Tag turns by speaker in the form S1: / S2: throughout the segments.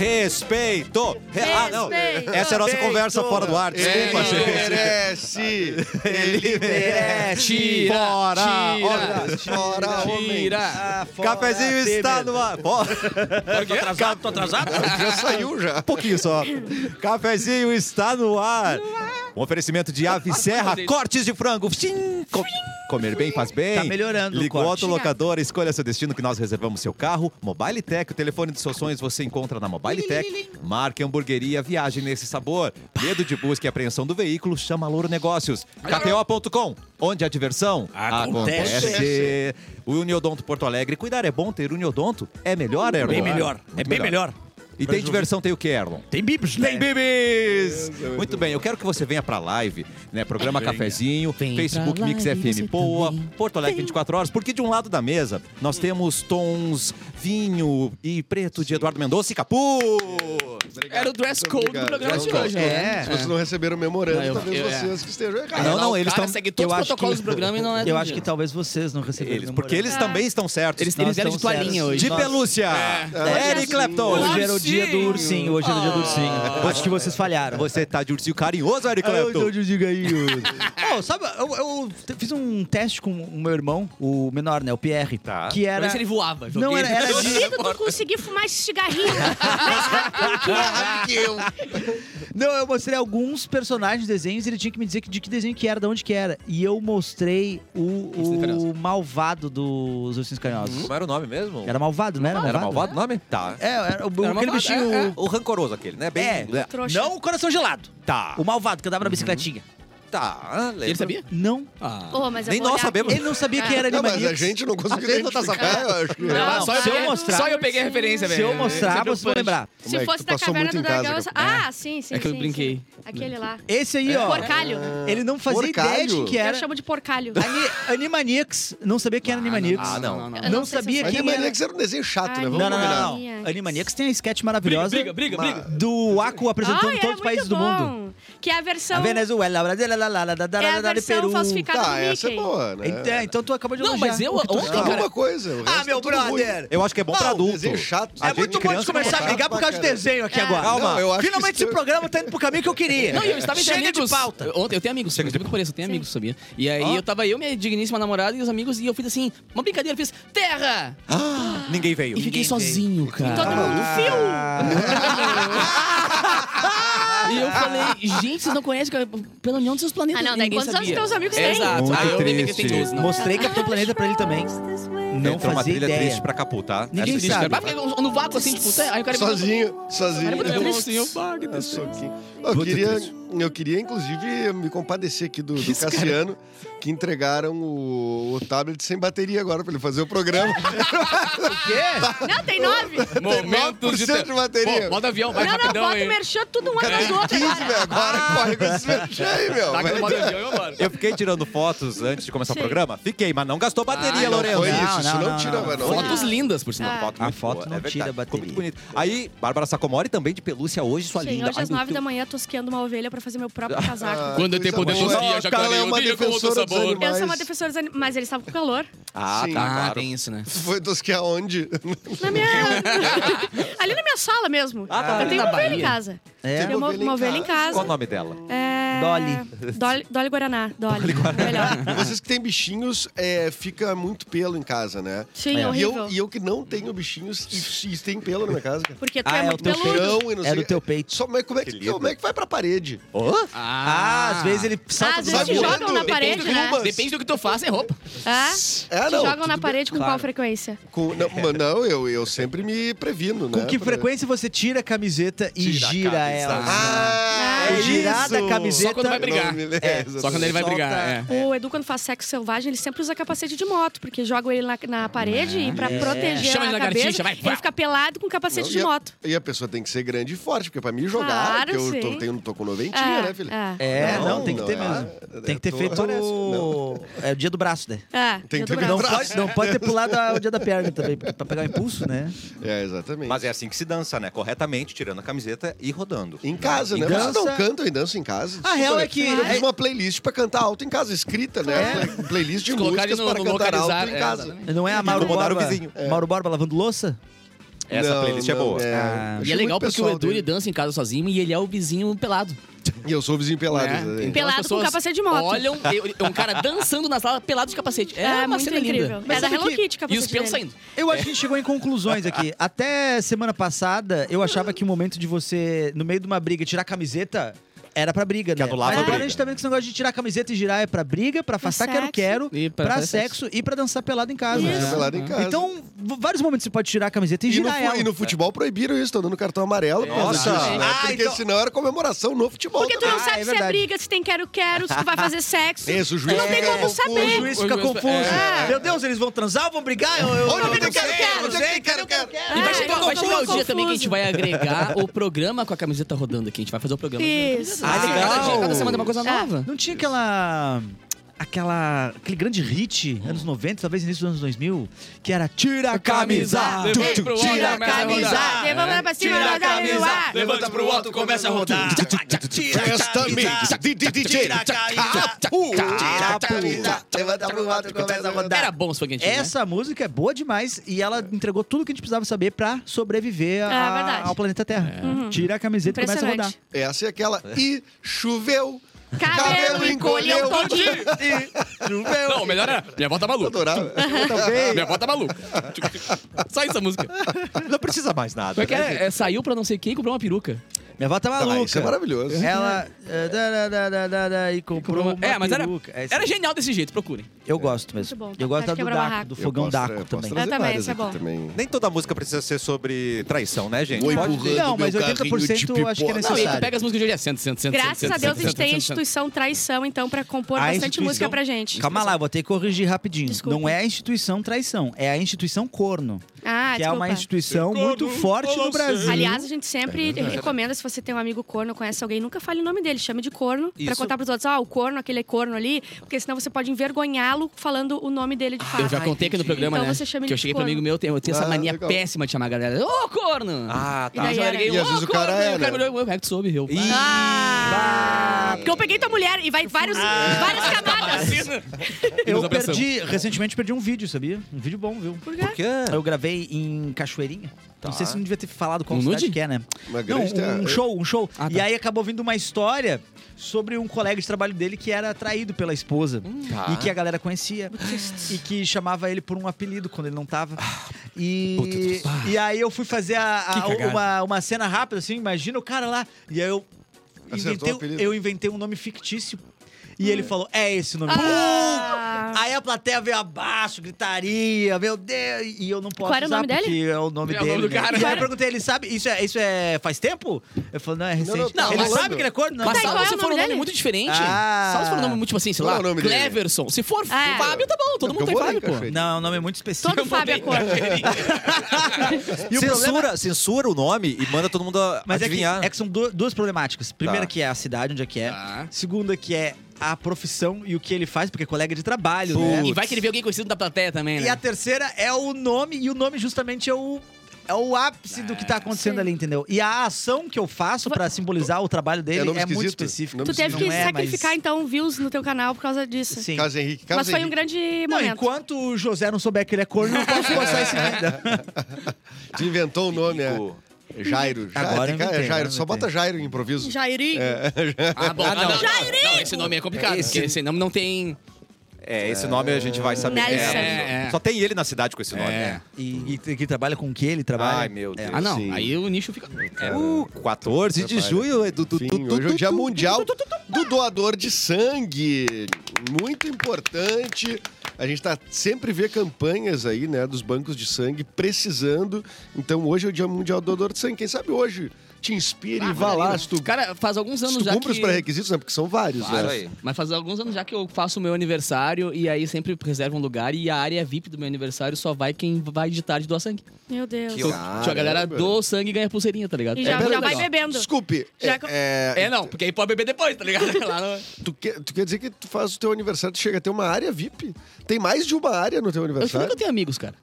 S1: Respeito. Re- Ah, não.
S2: Respeito.
S1: Essa é a nossa
S3: Respeito.
S1: conversa fora do ar.
S4: É.
S1: Desculpa,
S3: ele
S1: gente.
S3: merece. Ele merece.
S4: É. Tira,
S1: Fora.
S3: Ah,
S4: tira,
S1: Olha,
S4: tira,
S1: fora, homem.
S4: tira. né?
S1: Cafezinho está no ar. Fora.
S5: Tô atrasado, tô atrasado.
S3: Tá Já saiu já.
S1: Um pouquinho só. Cafezinho está no ar. Um oferecimento de Ave Serra, cortes de frango. Sim, co- comer bem faz bem.
S4: Tá melhorando o
S1: Liga
S4: corte.
S1: autolocador, escolha seu destino que nós reservamos seu carro. Mobile Tech, o telefone dos seus sonhos você encontra na Mobile Tech. Marque hamburgueria, viagem nesse sabor. Medo de busca e apreensão do veículo, chama Louro Negócios. KTO.com, onde a diversão
S5: Acontece.
S1: acontece. O Uniodonto Porto Alegre, cuidar é bom, ter Uniodonto é melhor, Erlon.
S5: Bem melhor. É
S1: Muito
S5: bem melhor.
S1: E tem diversão, tem o que, Erlon?
S5: Tem bibs, né?
S6: É.
S1: Tem bibis! Muito bem, eu quero que você venha pra live, né? Programa Cafezinho,
S4: Vem
S1: Facebook
S2: pra
S1: Mix
S2: live,
S1: FM
S2: você
S1: Poa,
S2: também.
S1: Porto Alegre 24 horas, porque de um lado da mesa nós temos tons vinho e preto de Eduardo Mendonça e Capu!
S4: Era o dress code do
S3: Obrigado.
S4: programa de
S3: Dress
S4: hoje.
S3: code.
S4: né?
S3: Se vocês não receberam o memorando,
S4: Não, eu-
S3: talvez
S4: eu- é.
S3: vocês que estejam
S4: É,
S3: errados.
S1: Não, não, eles
S4: o cara
S1: tão-
S4: segue todos
S7: eu
S4: os
S7: acho
S4: protocolos
S7: que-
S4: do programa e não é
S7: Eu
S4: do
S7: acho que
S4: dia.
S7: talvez vocês não receberam.
S1: Eles,
S7: memorando.
S1: porque eles também estão certos.
S4: Eles,
S7: Nós
S4: eles eram de
S7: estamos
S4: toalhinha
S7: certos.
S4: hoje.
S1: De
S4: Nós-
S1: pelúcia!
S3: É.
S1: Eric Clapton!
S4: Olá.
S7: Hoje era o dia do
S4: Ursinho.
S7: ursinho, hoje era o dia do ursinho. Acho que vocês falharam.
S1: Você tá de ursinho carinhoso,
S3: É,
S1: Eric
S7: Ah, eu,
S1: Clapton!
S7: eu digo aí. eu- Ô, sabe, eu, eu te- fiz um teste com o meu irmão, o menor, né? O Pierre.
S1: Tá.
S7: Que
S4: Pra
S7: era.
S4: ver se ele voava. Joguei.
S7: Não, era, era de.
S2: Duvido tu conseguir fumar esse cigarrinho.
S7: Não, eu mostrei alguns personagens, desenhos, e ele tinha que me dizer que- de que desenho que era, de onde que era. E eu mostrei o,
S4: Ursinhos
S7: o
S4: Carinhosos.
S7: malvado dos Ursinhos Carinhosos.
S1: Como era o nome mesmo?
S7: Era malvado, não era?
S1: Hum? Era malvado o nome? Tá.
S7: É, era o,
S4: Era
S7: aquele
S4: malvado,
S7: bichinho...
S4: é, é.
S1: O rancoroso aquele, né?
S7: É.
S1: Bem.
S2: Trouxa.
S7: Não o coração gelado.
S1: Tá.
S7: O malvado, que andava na bicicletinha.
S1: Tá. lembro.
S4: Ele sabia?
S7: Não.
S4: Ah.
S2: Ô, mas é eu
S1: Nem
S2: vou
S1: nós
S2: olhar
S1: sabemos.
S2: aqui.
S7: Ele não sabia que era
S3: Não, mas
S7: Animaniacs.
S3: a gente não conseguiu
S1: gente não tá
S3: identificar, eu acho. é.
S2: Não,
S7: Não,
S4: só,
S2: não,
S4: eu,
S2: não.
S4: só eu peguei a referência,
S7: Se
S4: velho.
S7: eu mostrar,
S4: Esse é o
S7: vocês vão
S4: punch.
S7: lembrar.
S3: Como é
S2: Se
S3: que
S2: fosse
S3: tu
S2: da
S3: passou
S2: caverna
S3: muito
S2: do
S3: em casa,
S2: dragão...
S3: Capu?
S2: Ah, sim, sim,
S4: É que eu
S2: sim,
S4: brinquei.
S2: sim. Aquele lá.
S7: Esse aí, ó.
S2: Porcalho.
S7: Ele não fazia
S3: Porcalho?
S7: ideia de que
S2: Eu
S7: era. Tá
S2: chamo de porcalho.
S7: Ani- Animaniacs. Não sabia que era Animaniacs.
S1: Ah, não.
S2: Eu sei
S7: Não,
S2: se
S7: sabia
S2: eu
S7: quem
S2: sei.
S3: Animaniacs era um desenho chato, né? Vamos
S7: Não, não,
S3: combinar. Ah,
S7: não, não.
S2: Animaniacs.
S7: Animaniacs tem a sketch maravilhosa.
S4: Briga, briga, briga. briga.
S7: Do Aku apresentando
S2: Ai, era
S7: todos os países
S2: muito
S7: do mundo.
S2: bom. Que é a versão...
S7: A Venezuela, a Brasil, lá, lá, lá, lá, lá, lá,
S2: É a
S7: lá, lá,
S2: versão
S7: Peru.
S2: falsificada
S3: Tá,
S2: do
S3: essa é
S2: Mickey.
S3: boa, né?
S7: Então, então tu acabou de
S4: Não,
S7: elogiar
S4: mas eu-
S7: o que tu
S4: ontem,
S3: Só
S7: falou.
S4: então, cara,
S3: uma coisa. o resto
S7: Ah,
S3: é
S7: meu
S3: tudo ruim.
S7: brother.
S1: Eu acho que é bom pra
S3: Não,
S1: adulto.
S3: desenho chato.
S1: A
S7: É
S1: gente
S7: muito bom
S1: criança
S7: de começar a
S3: é
S7: brigar
S3: chato
S7: por causa de
S3: pra
S7: desenho aqui
S2: É.
S7: agora.
S1: Calma.
S3: Não, eu acho que
S7: Finalmente
S3: isso-
S7: esse programa tá indo pro caminho que eu queria.
S4: Não, e eu estava entre
S7: Chega
S4: amigos.
S7: de pauta.
S4: Eu- Ontem eu tenho amigos, chega de por isso, eu tenho amigos, sabia? E aí eu tava eu, minha digníssima namorada e os amigos, e eu fiz assim, uma brincadeira, eu fiz terra!
S1: Ah, ninguém veio.
S4: E fiquei
S7: Ninguém Ah.
S4: sozinho, cara.
S2: Todo mundo fio.
S4: E eu falei, gente, vocês não conhecem, cara, pela união dos seus planetas.
S2: Ah, não, daí
S4: Ninguém
S2: quantos anos
S4: sabia.
S2: teus amigos têm?
S4: Exato.
S1: Muito
S4: Aí eu lembrei que
S1: triste.
S4: tem 12, não.
S7: Mostrei Capitão Planeta pra ele também. Não
S1: Entrou uma
S7: fazia
S1: trilha
S7: ideia.
S1: triste pra Capu, tá?
S7: Ninguém
S1: Essa-
S4: Triste, cara.
S7: sabe.
S4: Bah, porque No vácuo, assim, tipo, terra. Aí o cara
S3: Sozinho, sozinho.
S4: Cara, eu assim, eu, bah, que
S3: Eu
S4: tristeza.
S3: sou aqui. Eu queria, eu queria, inclusive, me compadecer aqui do, do Cassiano, que entregaram o, o tablet sem bateria agora pra ele fazer o programa.
S2: Não, tem nove.
S4: Momentos de
S3: 9% de bateria.
S4: Pô, modo tá avião, vai
S2: Não, não,
S4: rapidão
S2: bota o
S4: aí.
S2: merchan tudo um atrás
S3: Cadê
S2: do outro
S3: 15, velho?
S2: agora.
S3: Agora
S4: Ah!
S3: corre com esse merchan aí, meu. é,
S4: Taca no
S3: Vai-
S4: modo avião e vambora.
S1: Eu fiquei tirando fotos antes de começar o
S2: Sim.
S1: programa. Fiquei, mas não gastou bateria,
S4: Ah, não
S1: Lourenço.
S3: Foi
S7: Não,
S3: isso, isso
S7: não,
S3: não,
S7: não,
S3: tira,
S7: não.
S3: mano.
S4: Fotos lindas, por sinal.
S2: Ah.
S1: Foto
S7: A
S1: muito
S7: foto não
S1: é verdade.
S7: tira a
S1: Ficou muito
S7: bateria.
S1: bonito. Aí, Bárbara Sacomori também de pelúcia hoje, sua
S2: Sim,
S1: linda.
S2: hoje às nove da manhã tosqueando uma ovelha pra fazer meu próprio casaco.
S4: Quando eu tenho poder,
S3: Coisa
S4: eu
S3: boa.
S4: ia já
S3: Carla é
S4: clarei,
S3: uma
S4: odeio como outro
S3: defensora dos
S4: sabor.
S3: animais.
S2: Eu sou é uma defensora dos anim- mas ele estava com calor.
S1: Ah,
S3: Sim.
S1: tá, claro.
S4: isso, né?
S3: Foi tosquear onde?
S2: Na minha... ali na minha sala mesmo.
S1: Ah, tá.
S2: Eu tenho
S4: Na
S2: uma ovelha em
S4: Bahia.
S2: casa.
S7: É?
S2: Eu tenho uma, uma ovelha em
S1: Qual o
S2: casa.
S1: nome dela?
S2: É...
S7: Dolly.
S2: Dolly. Dolly Guaraná. Dolly. Melhor.
S3: Vocês que têm bichinhos, é, fica muito pelo em casa, né?
S2: Sim,
S3: E
S2: É um horrível.
S3: eu, e eu que não tenho bichinhos e, e tem pelo na minha casa, cara.
S2: Porque tu
S7: Ah,
S2: é,
S7: é o
S2: muito
S7: teu
S2: peludo.
S7: peito.
S3: Não, e não
S7: É
S3: sei-
S7: do teu peito.
S3: Só, mas como é, que,
S1: lindo.
S3: como é que vai pra parede?
S7: Ah, às vezes ele salta
S2: às
S7: do
S2: vezes
S7: lado
S2: te
S7: do
S3: voando.
S7: outro.
S2: jogam na
S3: Depende
S2: parede,
S3: do
S2: né?
S3: Mas-
S4: Depende do que tu faça, é roupa.
S2: Ah,
S3: É,
S2: te
S3: não,
S2: jogam na
S3: tudo bem.
S2: parede com qual frequência?
S3: Com- não, mas não, eu, eu sempre me previno, né?
S7: Com que
S3: Pra-
S7: frequência você tira a camiseta e
S1: Tira a
S7: gira
S1: camisa.
S7: ela?
S3: Ah,
S2: Ah,
S7: é
S3: isso!
S7: girar da camiseta.
S4: Só quando vai
S7: Ah,
S4: brigar.
S3: Não, me-
S4: É,
S3: exatamente.
S4: Só quando ele vai
S7: Solta.
S4: brigar, é.
S2: O Edu, quando faz sexo selvagem, ele sempre usa capacete de moto, porque jogam ele na, na parede e pra proteger
S4: Chama
S2: a
S4: de lagartixa,
S2: cabeça,
S4: vai,
S2: ele fica pelado com capacete
S3: Não,
S2: de
S3: e é a-
S2: moto.
S3: E a pessoa tem que ser grande e forte, porque pra mim jogar,
S2: Claro,
S3: que eu
S2: sim.
S3: tô, tenho, tô com noventinha,
S2: É,
S3: né, filho?
S2: é.
S7: É, não,
S3: Não,
S7: tem que ter
S3: não,
S7: mesmo.
S3: é.
S7: Tem que ter
S3: Tô-
S7: feito.
S3: parece,
S7: É o dia do braço, né?
S2: É,
S3: Tem
S2: eu
S3: que ter
S2: dou
S7: Não
S3: Não
S2: braço.
S7: pode, não pode ter pulado a- o dia da perna também, porque pra pegar o impulso, né?
S3: É, exatamente.
S1: Mas é assim que se dança, né? Corretamente, tirando a camiseta e rodando.
S3: Em casa,
S7: Em
S3: né?
S7: dança-
S3: Vocês não cantam e dançam em casa?
S7: A real é que-
S3: Eu fiz uma playlist pra cantar alto em casa, escrita, né?
S2: É.
S3: Play- Playlist de
S4: Colocar ele
S3: músicas
S4: no-
S3: para
S4: no
S3: cantar
S4: localizar,
S3: alto em
S4: é,
S3: casa.
S4: exatamente.
S7: Não é a Mauro
S1: Incomodaram
S7: Borba.
S1: o vizinho.
S7: Mauro Borba lavando louça?
S1: Essa
S3: Não,
S1: playlist é
S3: não,
S1: boa.
S7: Ah.
S3: achei
S4: E é legal
S3: muito
S4: porque o
S3: pessoal
S4: Edu ele
S3: dele.
S4: dança em casa sozinho e ele é o vizinho pelado.
S3: E eu sou vizinho pelado.
S4: né?
S3: né?
S4: Então as
S2: Pelado com
S4: pessoas
S2: capacete de moto. Ah,
S4: Olham, é um cara dançando na sala pelado de capacete. É, uma
S2: muito
S4: cena
S2: incrível.
S4: linda.
S7: Mas
S2: é da
S7: sabe
S2: Hello
S7: que-
S2: Kitty, capacete
S4: E os pelos
S2: dele.
S4: saindo.
S7: Eu acho que a gente chegou em conclusões aqui. Até semana passada, eu achava que o momento de você, no meio de uma briga, tirar a camiseta era pra briga,
S1: Que
S7: né?
S1: adulava
S7: Mas
S1: a
S7: agora
S1: briga.
S7: a gente tá vendo que esse negócio de tirar a camiseta e girar é pra briga, pra afastar
S2: sexo.
S7: quero-quero,
S4: E pra
S7: pra,
S4: fazer
S7: sexo, e pra dançar pelado em casa.
S3: Vizinho
S7: né?
S3: pelado em casa.
S7: Então, v- vários momentos você pode tirar a camiseta e,
S3: E no,
S7: girar
S3: fu-
S7: ela.
S3: e no futebol proibiram isso, estão dando cartão amarelo. por causa
S1: Nossa.
S3: disso, né?
S1: Ah,
S3: Porque
S1: então-
S3: senão era comemoração no futebol.
S2: Porque tu
S3: também.
S2: não
S7: Ah, é
S2: sabe se é
S7: verdade.
S2: briga, se tem quero-quero, se tu vai fazer sexo.
S3: Isso, o
S2: Tu
S3: juiz
S2: não tem
S3: fica
S2: como
S3: confuso.
S2: saber.
S7: O juiz
S4: O
S7: fica
S4: juiz-
S7: confuso.
S4: é.
S7: Meu Deus, eles vão transar, vão brigar? Eu, eu,
S3: Onde
S7: eu
S3: que
S7: não
S3: eu quero,
S7: sei,
S3: quero?
S7: não
S3: Onde
S7: sei,
S3: é que
S7: quero, quero,
S4: E vai
S2: Ah,
S4: chegar,
S2: ficou
S4: vai chegar o dia
S2: confuso.
S4: também que a gente vai agregar o programa com a camiseta rodando aqui. A gente vai fazer o programa.
S2: Isso.
S4: Ah,
S7: Ah,
S4: cada, dia,
S7: legal.
S4: cada semana é uma coisa
S2: É.
S4: nova.
S7: Não tinha aquela. Aquela, aquele grande hit, anos 90, talvez início dos anos 2000, que era Tira a camisa!
S4: Levanta
S7: Tu, tu,
S4: pro homem,
S7: tira a
S4: começa a
S7: camisa!
S4: rodar.
S2: Levanta pra cima, joga ele no ar.
S5: levanta pro alto, começa a rodar.
S3: Festa mix, di- di- DJ. Tira a camisa, levanta pro alto e começa a rodar.
S4: Era bom os foguetinhos, né?
S7: Essa música é boa demais e ela entregou tudo o que a gente precisava saber pra sobreviver a-
S2: É verdade. Uhum.
S7: ao planeta Terra. Tira a camiseta e começa a rodar.
S2: Impressionante.
S3: Essa é aquela. E choveu.
S2: Cabelo
S3: é
S2: encolheu todinho.
S4: Não, o melhor era. Minha avó tá
S3: Eu
S4: maluca.
S3: adorava.
S4: Minha avó tá maluca. Só essa música.
S1: Não precisa mais nada.
S4: Como é que
S1: né, gente?
S4: era? É, saiu pra não sei quem e comprou uma peruca.
S7: Minha avó tá maluca.
S3: Ah, isso é maravilhoso.
S7: Ela. eh, da, da, da, da, da, e comprou. Uma
S4: é, mas era,
S7: peruca. É isso
S4: era genial desse jeito, procurem.
S7: Eu gosto mesmo.
S2: Muito bom.
S7: Eu gosto da
S2: Acho que
S7: do
S2: é
S7: Daco,
S2: barraco.
S7: do
S3: Eu
S7: fogão
S3: posso tra-
S7: Daco
S3: eu posso
S7: também.
S3: trazer
S2: Eu também,
S3: várias
S2: isso é
S3: aqui
S2: bom.
S3: também.
S1: Nem toda música precisa ser sobre traição, né, gente?
S3: Vou
S1: Pode-
S3: empurrando
S7: Não, mas
S3: meu
S7: 80%
S3: carrinho de
S7: acho que é
S4: Não,
S3: pipoca.
S4: e aí tu
S2: tá
S7: Necessário.
S4: pega as músicas de hoje, é senta, senta, senta.
S2: Graças
S4: senta,
S2: a Deus a
S4: senta,
S2: gente tem a
S4: senta, senta, senta.
S2: instituição Traição, então, pra compor
S7: A
S2: bastante
S7: instituição-
S2: música pra gente.
S7: Calma lá, vou ter que corrigir rapidinho.
S2: Desculpa.
S7: Não é a instituição traição, é a instituição corno.
S2: Ah,
S7: que é
S2: desculpa.
S7: uma instituição É muito forte no Brasil.
S2: Aliás, a gente sempre recomenda, se você tem um amigo corno, conhece alguém, nunca fale o nome dele, chame de corno, pra
S1: Isso.
S2: contar pros outros, ó, o corno, aquele é corno ali, porque senão você pode envergonhá-lo falando o nome dele de fato.
S4: Eu já contei aqui no programa,
S2: Então
S4: né?
S2: você chama
S4: que eu
S2: ele de
S4: cheguei pro
S2: corno.
S4: amigo meu, eu tenho essa
S3: Ah,
S4: mania
S3: legal.
S4: péssima de chamar a galera. Ô, corno!
S1: Ah,
S2: E
S1: tá.
S2: daí
S4: Aí eu larguei,
S2: era.
S3: E às vezes
S4: "Ô,
S3: o cara
S4: corno!" E
S3: era.
S4: O cara me olhou, "Ué, como é que tu soube? Eu.
S1: Ih,
S2: Ah, porque eu peguei tua mulher e vai vários,
S4: Ah.
S2: várias camadas.
S7: eu
S4: Nos abraçamos.
S7: perdi, recentemente perdi um vídeo, sabia? Um vídeo bom, viu?
S2: Por
S1: por
S2: quê?
S1: quê?
S7: Eu gravei em Cachoeirinha.
S1: Tá.
S7: Não sei se não devia ter falado qual
S4: Um
S7: cidade
S4: nude?
S7: que é, né?
S3: Uma
S7: Não,
S3: grande terra.
S7: um, um show, um show.
S4: Ah, tá.
S7: E aí acabou vindo uma história sobre um colega de trabalho dele que era traído pela esposa.
S1: Tá.
S7: E que a galera conhecia. e que chamava ele por um apelido quando ele não tava.
S1: puta
S7: E,
S1: dos-
S7: e aí eu fui fazer a- a-
S4: Que cagada.
S7: uma, uma cena rápida, assim, imagina o cara lá. E aí eu
S3: Acertou
S7: inventei,
S3: o apelido.
S7: eu inventei um nome fictício. E ele falou, é esse o nome.
S2: Ah.
S7: Aí a plateia veio abaixo, gritaria, meu Deus. E eu não posso
S2: Qual era o
S7: usar
S2: nome dele?
S7: porque é o nome
S4: É o
S7: dele.
S4: nome do
S7: né?
S4: cara.
S7: E aí eu perguntei, ele sabe, isso é, isso é faz tempo? Ele falou, não, é recente.
S3: não, tá
S7: ele
S3: rolando.
S7: sabe que ele é corno? Não.
S4: Mas
S2: Tá,
S4: salvo
S2: qual é
S4: se
S2: o
S4: for um
S2: nome
S4: nome
S2: dele?
S4: muito diferente.
S7: Ah.
S4: Salvo se for um nome muito tipo assim, sei
S3: Qual
S4: lá,
S3: é o nome dele?
S4: Cleverson. Se for
S2: Ah.
S4: Fábio, tá bom, todo mundo
S3: Porque
S4: tem
S3: eu morei
S4: Fábio,
S3: em
S4: pô.
S3: Cachoeira.
S7: não, é um nome muito específico.
S2: Todo Fábio é corno.
S7: E o
S1: censura,
S7: problema-
S1: censura o nome e manda todo mundo a-
S7: Mas é que,
S1: adivinhar.
S7: é que são du- duas problemáticas. Primeira
S1: Tá.
S7: que é a cidade, onde é que é.
S4: Tá.
S7: Segunda que é a profissão e o que ele faz, porque é colega de trabalho,
S4: E
S7: né?
S4: vai que ele vê alguém conhecido da plateia também,
S7: E a
S4: né?
S7: terceira é o nome, e o nome justamente é o. É o ápice do que tá acontecendo
S2: Sim.
S7: ali, entendeu? E a ação que eu faço pra simbolizar o trabalho dele é,
S3: nome
S7: muito
S3: esquisito.
S7: específica.
S3: Nome
S2: Tu teve
S3: Não
S2: que
S7: é, mas-
S2: sacrificar, então, views no teu canal por causa disso.
S7: Sim.
S3: Carlos Henrique.
S2: Mas
S3: Carlos
S2: foi um
S3: Henrique.
S2: grande
S7: Não,
S2: momento.
S7: enquanto o José não souber que ele é corno, eu não posso postar esse vídeo.
S3: Te inventou o nome, é.
S1: Nico.
S3: Jairo. Jairo,
S7: Agora
S3: tem cara-
S7: inventei,
S3: é Jairo.
S7: agora
S3: Só
S7: inventei.
S3: bota Jairo em improviso.
S2: Jairinho.
S4: Ah, bom. Ah, não, não,
S2: Jairinho!
S4: não, esse nome é complicado.
S1: Esse-
S4: Esse, esse nome não tem.
S1: É, esse nome a gente vai saber.
S2: Nelson.
S1: É,
S4: É.
S1: Só tem ele na cidade com esse nome.
S7: É.
S1: né?
S7: E, e que trabalha com o que ele trabalha.
S1: Ai, meu Deus.
S4: Ah, não.
S3: Sim.
S4: Aí o nicho fica. É,
S1: Uh, 14 de junho, Edu. Du,
S3: Enfim,
S1: du, du,
S3: hoje é o
S1: du,
S3: Dia
S1: du,
S3: Mundial
S1: du, du, du, du.
S3: do Doador de Sangue. Muito importante. A gente tá, sempre vê campanhas aí, né, dos bancos de sangue precisando. Então hoje é o Dia Mundial do Doador de Sangue. Quem sabe hoje te inspire
S4: Ah,
S3: e vá lá. Se tu,
S4: O cara faz alguns
S3: se
S4: anos
S3: tu
S4: já.
S3: cumpre os
S4: que-
S3: pré-requisitos, né, porque são vários,
S1: Claro.
S3: né?
S1: Isso aí.
S4: Mas faz alguns anos já que eu faço o meu aniversário e aí sempre reservo um lugar e a área VIP do meu aniversário só vai quem vai de tarde doar sangue.
S2: Meu Deus.
S1: Que
S4: Então,
S1: Caramba.
S4: tipo, a galera doa o sangue e ganha pulseirinha, tá ligado?
S2: E já,
S4: bem
S2: já
S4: legal.
S2: vai bebendo.
S3: Desculpe.
S2: Já
S3: é-
S2: que-
S3: é-
S4: É, não, porque aí pode beber depois, tá ligado? Lá no-
S3: tu, quer, tu quer dizer que tu faz o teu aniversário, tu chega a ter uma área VIP? Tem mais de uma área no teu
S4: Eu juro
S3: aniversário?
S4: que eu tenho amigos, cara.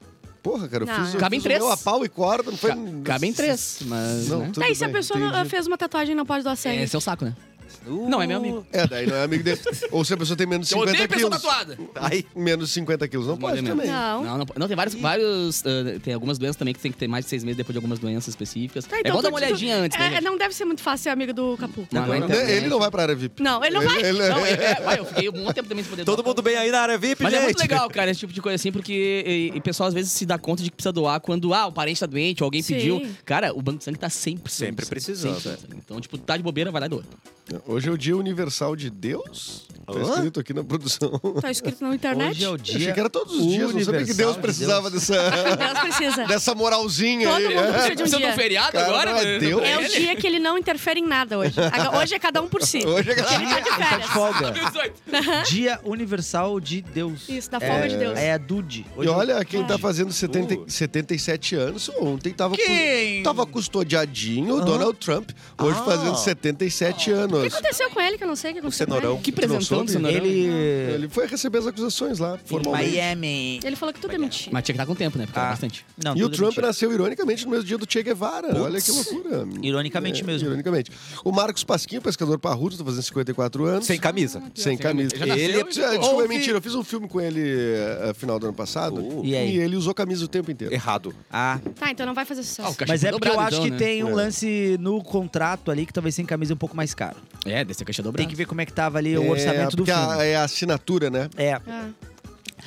S3: Porra, cara, eu
S2: Não,
S3: fiz,
S2: é.
S3: eu
S4: Cabem
S3: fiz o
S4: três.
S3: meu a pau e corda. Não foi... um
S4: Ca- Cabem três, mas.
S3: Não,
S4: né?
S3: tudo
S2: Tá, e se a
S3: bem,
S2: pessoa não-
S3: entendi.
S2: fez uma tatuagem e não pode doar sangue?
S4: Esse é o saco, né? Não, é meu amigo.
S3: É, daí não é amigo dele. Ou se a pessoa tem menos de
S5: Eu
S3: 50
S5: odeio pessoa
S3: quilos.
S5: tatuada.
S1: Aí,
S3: Menos 50 quilos não pode
S4: Olha, meu.
S3: também.
S2: Não.
S4: Não, não, não, tem vários. vários ah, tem algumas doenças também que tem que ter mais de seis meses depois de algumas doenças específicas.
S2: Tá,
S4: é
S2: então
S4: bom dar
S2: tu-
S4: uma
S2: tu-
S4: olhadinha antes, né?
S2: É,
S4: gente?
S2: não deve ser muito fácil ser amigo do Capu.
S4: Não, não,
S3: Né?
S4: internet.
S3: Ele não vai pra área VIP.
S2: Não, ele não vai.
S3: Ele-
S4: Não, é- é, vai, eu fiquei um bom tempo também sem poder
S1: todo
S4: doar.
S1: mundo bem aí na área VIP,
S4: Mas
S1: gente?
S4: é muito legal, cara, esse tipo de coisa assim, porque e, e o pessoal às vezes se dá conta de que precisa doar quando ah, o parente tá doente, ou alguém
S2: Sim.
S4: pediu. Cara, o banco de sangue tá sempre
S1: Sempre precisando,
S4: Então, tipo, tá de bobeira, vai lá e doa.
S3: Hoje é o dia universal de Deus? Tá
S1: Hã?
S3: escrito aqui na produção.
S2: Tá escrito na internet.
S7: Hoje é o dia.
S3: Eu achei que era todos os dias, não sabia que
S7: universal
S3: Deus
S7: de
S3: precisava
S7: Deus.
S3: dessa,
S2: Deus precisa.
S3: dessa moralzinha
S2: Todo
S3: aí. né? é.
S2: mundo precisa de um
S4: Você tá um
S2: dia.
S4: feriado
S3: Cara,
S4: agora?
S3: é Deus.
S2: É o dia que ele não interfere em nada hoje. Agora- Hoje é cada um por si.
S3: é. Hoje é
S2: Porque ele tá de
S7: Tá de
S2: férias.
S7: folga.
S4: 2018.
S7: Dia Universal de Deus.
S2: Isso, da folga de Deus.
S7: É a Dude.
S3: E olha, quem tá fazendo
S7: fazendo.
S3: 70, 77 anos, ontem tava,
S5: Quem?
S3: cu- tava custodiadinho o Donald Trump, hoje
S1: Ah.
S3: fazendo
S2: O
S3: 77
S2: Ah. que
S3: anos.
S2: aconteceu com ele que eu não sei é. o que aconteceu?
S1: O cenourão.
S2: Com ele?
S4: Que né? presentão
S3: soube?
S4: do Sonorão.
S7: Ele.
S3: Ele foi receber as acusações lá,
S7: é
S3: formalmente.
S5: Miami.
S2: ele falou que tudo é mentira.
S4: Mas tinha que estar com tempo, né? Porque
S7: Ah.
S4: era bastante.
S7: Não,
S3: E o
S7: tudo
S3: Trump
S7: mentira.
S3: nasceu, ironicamente, no mesmo dia do Che Guevara. Olha que loucura. É,
S7: Ironicamente mesmo.
S3: Ironicamente. O Marcos Pasquinho, pescador parrudo, tá fazendo 54 anos.
S1: Sem camisa.
S3: Sem camisa.
S5: Já nasceu,
S3: Ele é,
S5: já-
S3: desculpa, é
S5: Houve-
S3: mentira. Eu fiz um filme com ele eh, final do ano passado.
S1: Uh.
S7: E aí?
S3: ele usou camisa o tempo inteiro.
S1: Errado.
S7: Ah,
S2: Tá, então não vai fazer
S4: Ah, o
S2: sucesso.
S4: cachê
S7: mas
S4: foi
S7: é porque eu
S4: dobrado,
S7: acho
S4: então,
S7: que
S4: né?
S7: tem um
S3: É.
S7: lance no contrato ali que talvez sem camisa é um pouco mais caro.
S4: É, desse caixa dobrado.
S7: Tem que ver como é que tava ali o orçamento
S3: é,
S7: do
S3: porque
S7: filme.
S3: a- é a assinatura, né?
S7: É.
S2: Ah.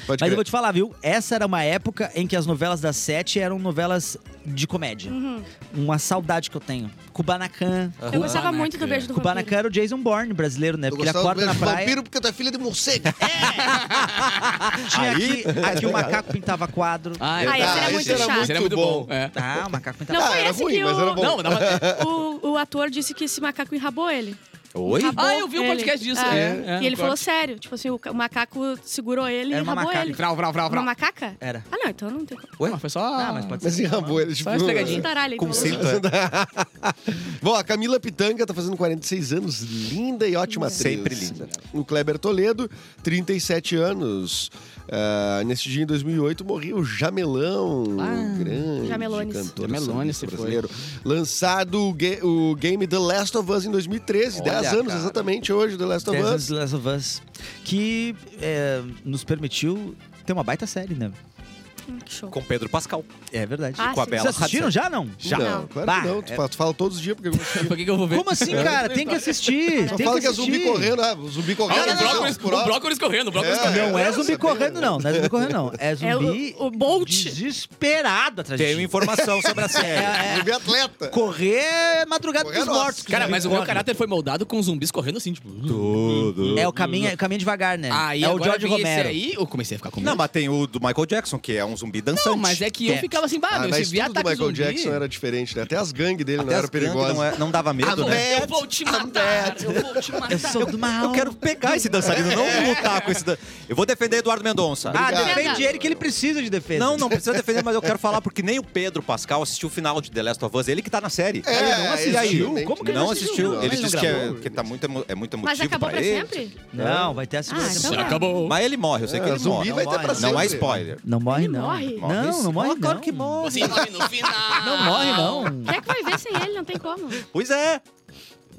S3: Pode
S7: Mas eu
S3: crer.
S7: vou te falar, viu? Essa era uma época em que as novelas das sete eram novelas de comédia. Uma saudade que eu tenho. Kubanacan.
S4: Ah,
S2: Eu gostava
S4: Kubanacan.
S2: muito do beijo do
S7: Kubanacan
S2: vampiro.
S7: era o Jason Bourne brasileiro, né?
S3: Eu
S7: Porque ele
S3: gostava do
S7: acorda na
S3: beijo do
S7: praia.
S3: vampiro porque tu é filha de morcego.
S7: Tinha aqui, aqui o macaco pintava quadro.
S4: Ah,
S2: Ah, esse era muito chato.
S4: Esse era muito bom. É.
S7: Ah, o macaco pintava
S2: Não
S3: Ah,
S2: foi
S3: era
S2: esse
S3: ruim,
S2: que
S3: mas era
S2: o,
S3: bom.
S4: Não, dava...
S2: o, o ator disse que esse macaco enrabou ele.
S1: Oi?
S2: Enrabou
S4: Ah, eu vi um
S2: ele.
S4: podcast disso,
S2: Ah,
S4: é, é,
S2: e ele
S4: concordo.
S2: falou sério. Tipo assim, o, ca- o macaco segurou ele e
S7: Era uma
S2: enrabou
S7: macaca.
S2: ele.
S4: Vral, vral, vral,
S2: Uma
S4: vral.
S2: macaca?
S7: Era.
S2: Ah, não, então não tem como.
S4: Ué? Mas foi só... Ah, mas pode
S3: Mas enrabou ele, tipo...
S4: Só uma esfregadinha.
S2: Taralha, então.
S1: Com cinto, é.
S3: tá. Bom, a Camila Pitanga tá fazendo 46 anos, linda e ótima atriz.
S1: Sempre linda.
S3: O Kleber Toledo, 37 anos. Ah, nesse dia, em 2008, morreu o Jamelão, um grande
S2: Jamelones.
S3: cantor
S4: Jamelones,
S3: sambista
S4: se foi.
S3: brasileiro. Lançado o, ga- o game The Last of Us em 2013,
S1: Olha,
S3: 10 anos
S1: cara.
S3: exatamente hoje, The Last of Us.
S7: The Last of Us. Que é, nos permitiu ter uma baita série, né?
S2: Hum, que show.
S1: Com Pedro Pascal.
S7: É verdade.
S2: Ah,
S1: com a
S2: sim.
S1: Bela
S7: Vocês assistiram já, não?
S1: Já.
S3: Não, claro
S7: Bah,
S3: que não. Tu,
S7: é-
S3: fala, tu fala todos os dias, porque eu gosto.
S4: Por que que eu vou ver?
S7: Como assim, cara? Tem que assistir.
S3: Só
S7: tem
S3: fala
S7: que
S3: que é zumbi
S7: assistir.
S3: correndo, ah, zumbi
S4: Ah,
S3: correndo.
S4: o brócolis,
S3: por
S4: o
S3: hora.
S4: brócolis correndo, o brócolis
S3: É.
S4: correndo.
S7: Não é zumbi correndo, não. Não é zumbi correndo, não. É
S2: É
S7: zumbi
S2: o, o Bolt.
S7: desesperado atrás de
S1: Tenho
S4: um
S7: ti.
S1: informação sobre a série.
S3: Zumbi atleta.
S7: Correr é madrugada
S3: Correr é
S7: dos
S3: nosso.
S7: mortos. que
S4: Cara,
S7: zumbi
S4: mas o meu
S7: corre.
S4: caráter foi moldado com zumbis correndo assim, tipo...
S1: Tudo.
S7: É o caminho, é o caminho devagar, né?
S4: Aí
S7: é o
S4: agora
S7: George
S4: eu vi esse
S7: Romero.
S4: aí, eu comecei a ficar com medo.
S1: Não, mas tem o do Michael Jackson, que é um zumbi dançante.
S4: Não, mas é que eu
S7: É.
S4: ficava assim, bah,
S3: Ah,
S4: meu,
S3: mas
S4: se vier
S3: tudo do
S4: ataque
S3: Michael
S4: zumbi...
S3: Jackman era diferente, né? Até as gangues dele não
S1: tá Até
S3: eram
S1: as gangues
S3: perigosas.
S1: Não, é- não dava medo,
S4: Ah, vou-
S1: né?
S4: eu vou te matar, eu vou te matar.
S7: Eu sou do mal.
S1: Eu quero pegar esse dançarino, não lutar com esse dan... Eu vou defender Eduardo Mendonça. Ah,
S7: Ah,
S3: Obrigado.
S7: defende ele que ele precisa de defesa.
S1: Não, não precisa defender, mas eu quero falar porque nem o Pedro Pascal assistiu o final de The Last of Us, ele que tá na série.
S3: É,
S1: ele não
S3: ele
S1: assistiu.
S3: não
S1: Como
S3: Como
S1: que
S3: que
S1: não assistiu?
S3: Não,
S1: Ele
S3: ele
S1: disse
S3: não
S1: que, é,
S3: gravou.
S1: que tá muito, emo- é muito emotivo
S2: Mas acabou
S1: pra,
S2: pra
S1: ele.
S2: sempre?
S7: Não, vai ter a segunda
S2: Ah, então
S7: temporada.
S2: dá.
S4: Tipo assim, Acabou.
S1: Mas ele morre, eu sei que
S3: É,
S1: ele
S3: zumbi
S1: morre.
S3: vai ter pra
S1: não
S3: sempre.
S1: é spoiler.
S7: Não morre,
S2: Ele
S7: não.
S2: morre?
S1: Morre
S7: Não,
S1: sim.
S7: não morre,
S1: Ah, claro
S7: não.
S1: que morre.
S4: Você morre no final.
S7: Não morre,
S4: Assim,
S7: não.
S2: Quem é que vai ver sem ele? Não tem como.
S1: Pois é.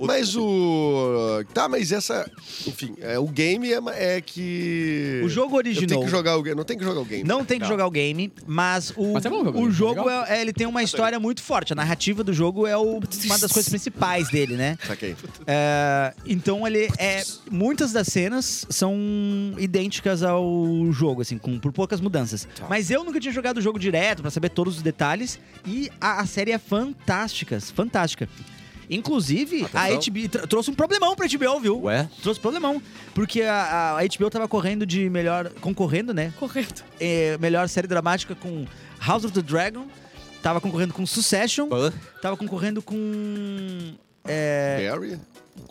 S3: Mas o. Tá, mas essa. Enfim, é, o game é, ma- é que.
S7: O jogo
S3: Eu tenho
S7: original.
S3: que jogar o game. Não tem que jogar o game.
S7: Não tem que jogar o game, mas o,
S4: Mas é bom jogar o
S7: o
S4: game,
S7: jogo
S4: legal.
S7: é- é- ele tem uma história muito forte. A narrativa do jogo é o- uma das coisas principais dele, né?
S3: Saquei.
S7: É, então ele é muitas das cenas são idênticas ao jogo, assim, com por poucas mudanças.
S4: Tá.
S7: Mas eu nunca tinha jogado o jogo direto pra saber todos os detalhes e a, a série é fantástica, fantástica. Inclusive,
S4: Ah, tá
S7: a
S1: Atenção.
S7: HBO tr- trouxe um problemão pra HBO, viu?
S1: Ué?
S7: Trouxe um problemão, porque a, a HBO tava correndo de melhor. concorrendo, né?
S2: Correto.
S7: É, melhor série dramática com House of the Dragon, tava concorrendo com Succession, tava concorrendo com.
S1: É.
S3: Barry?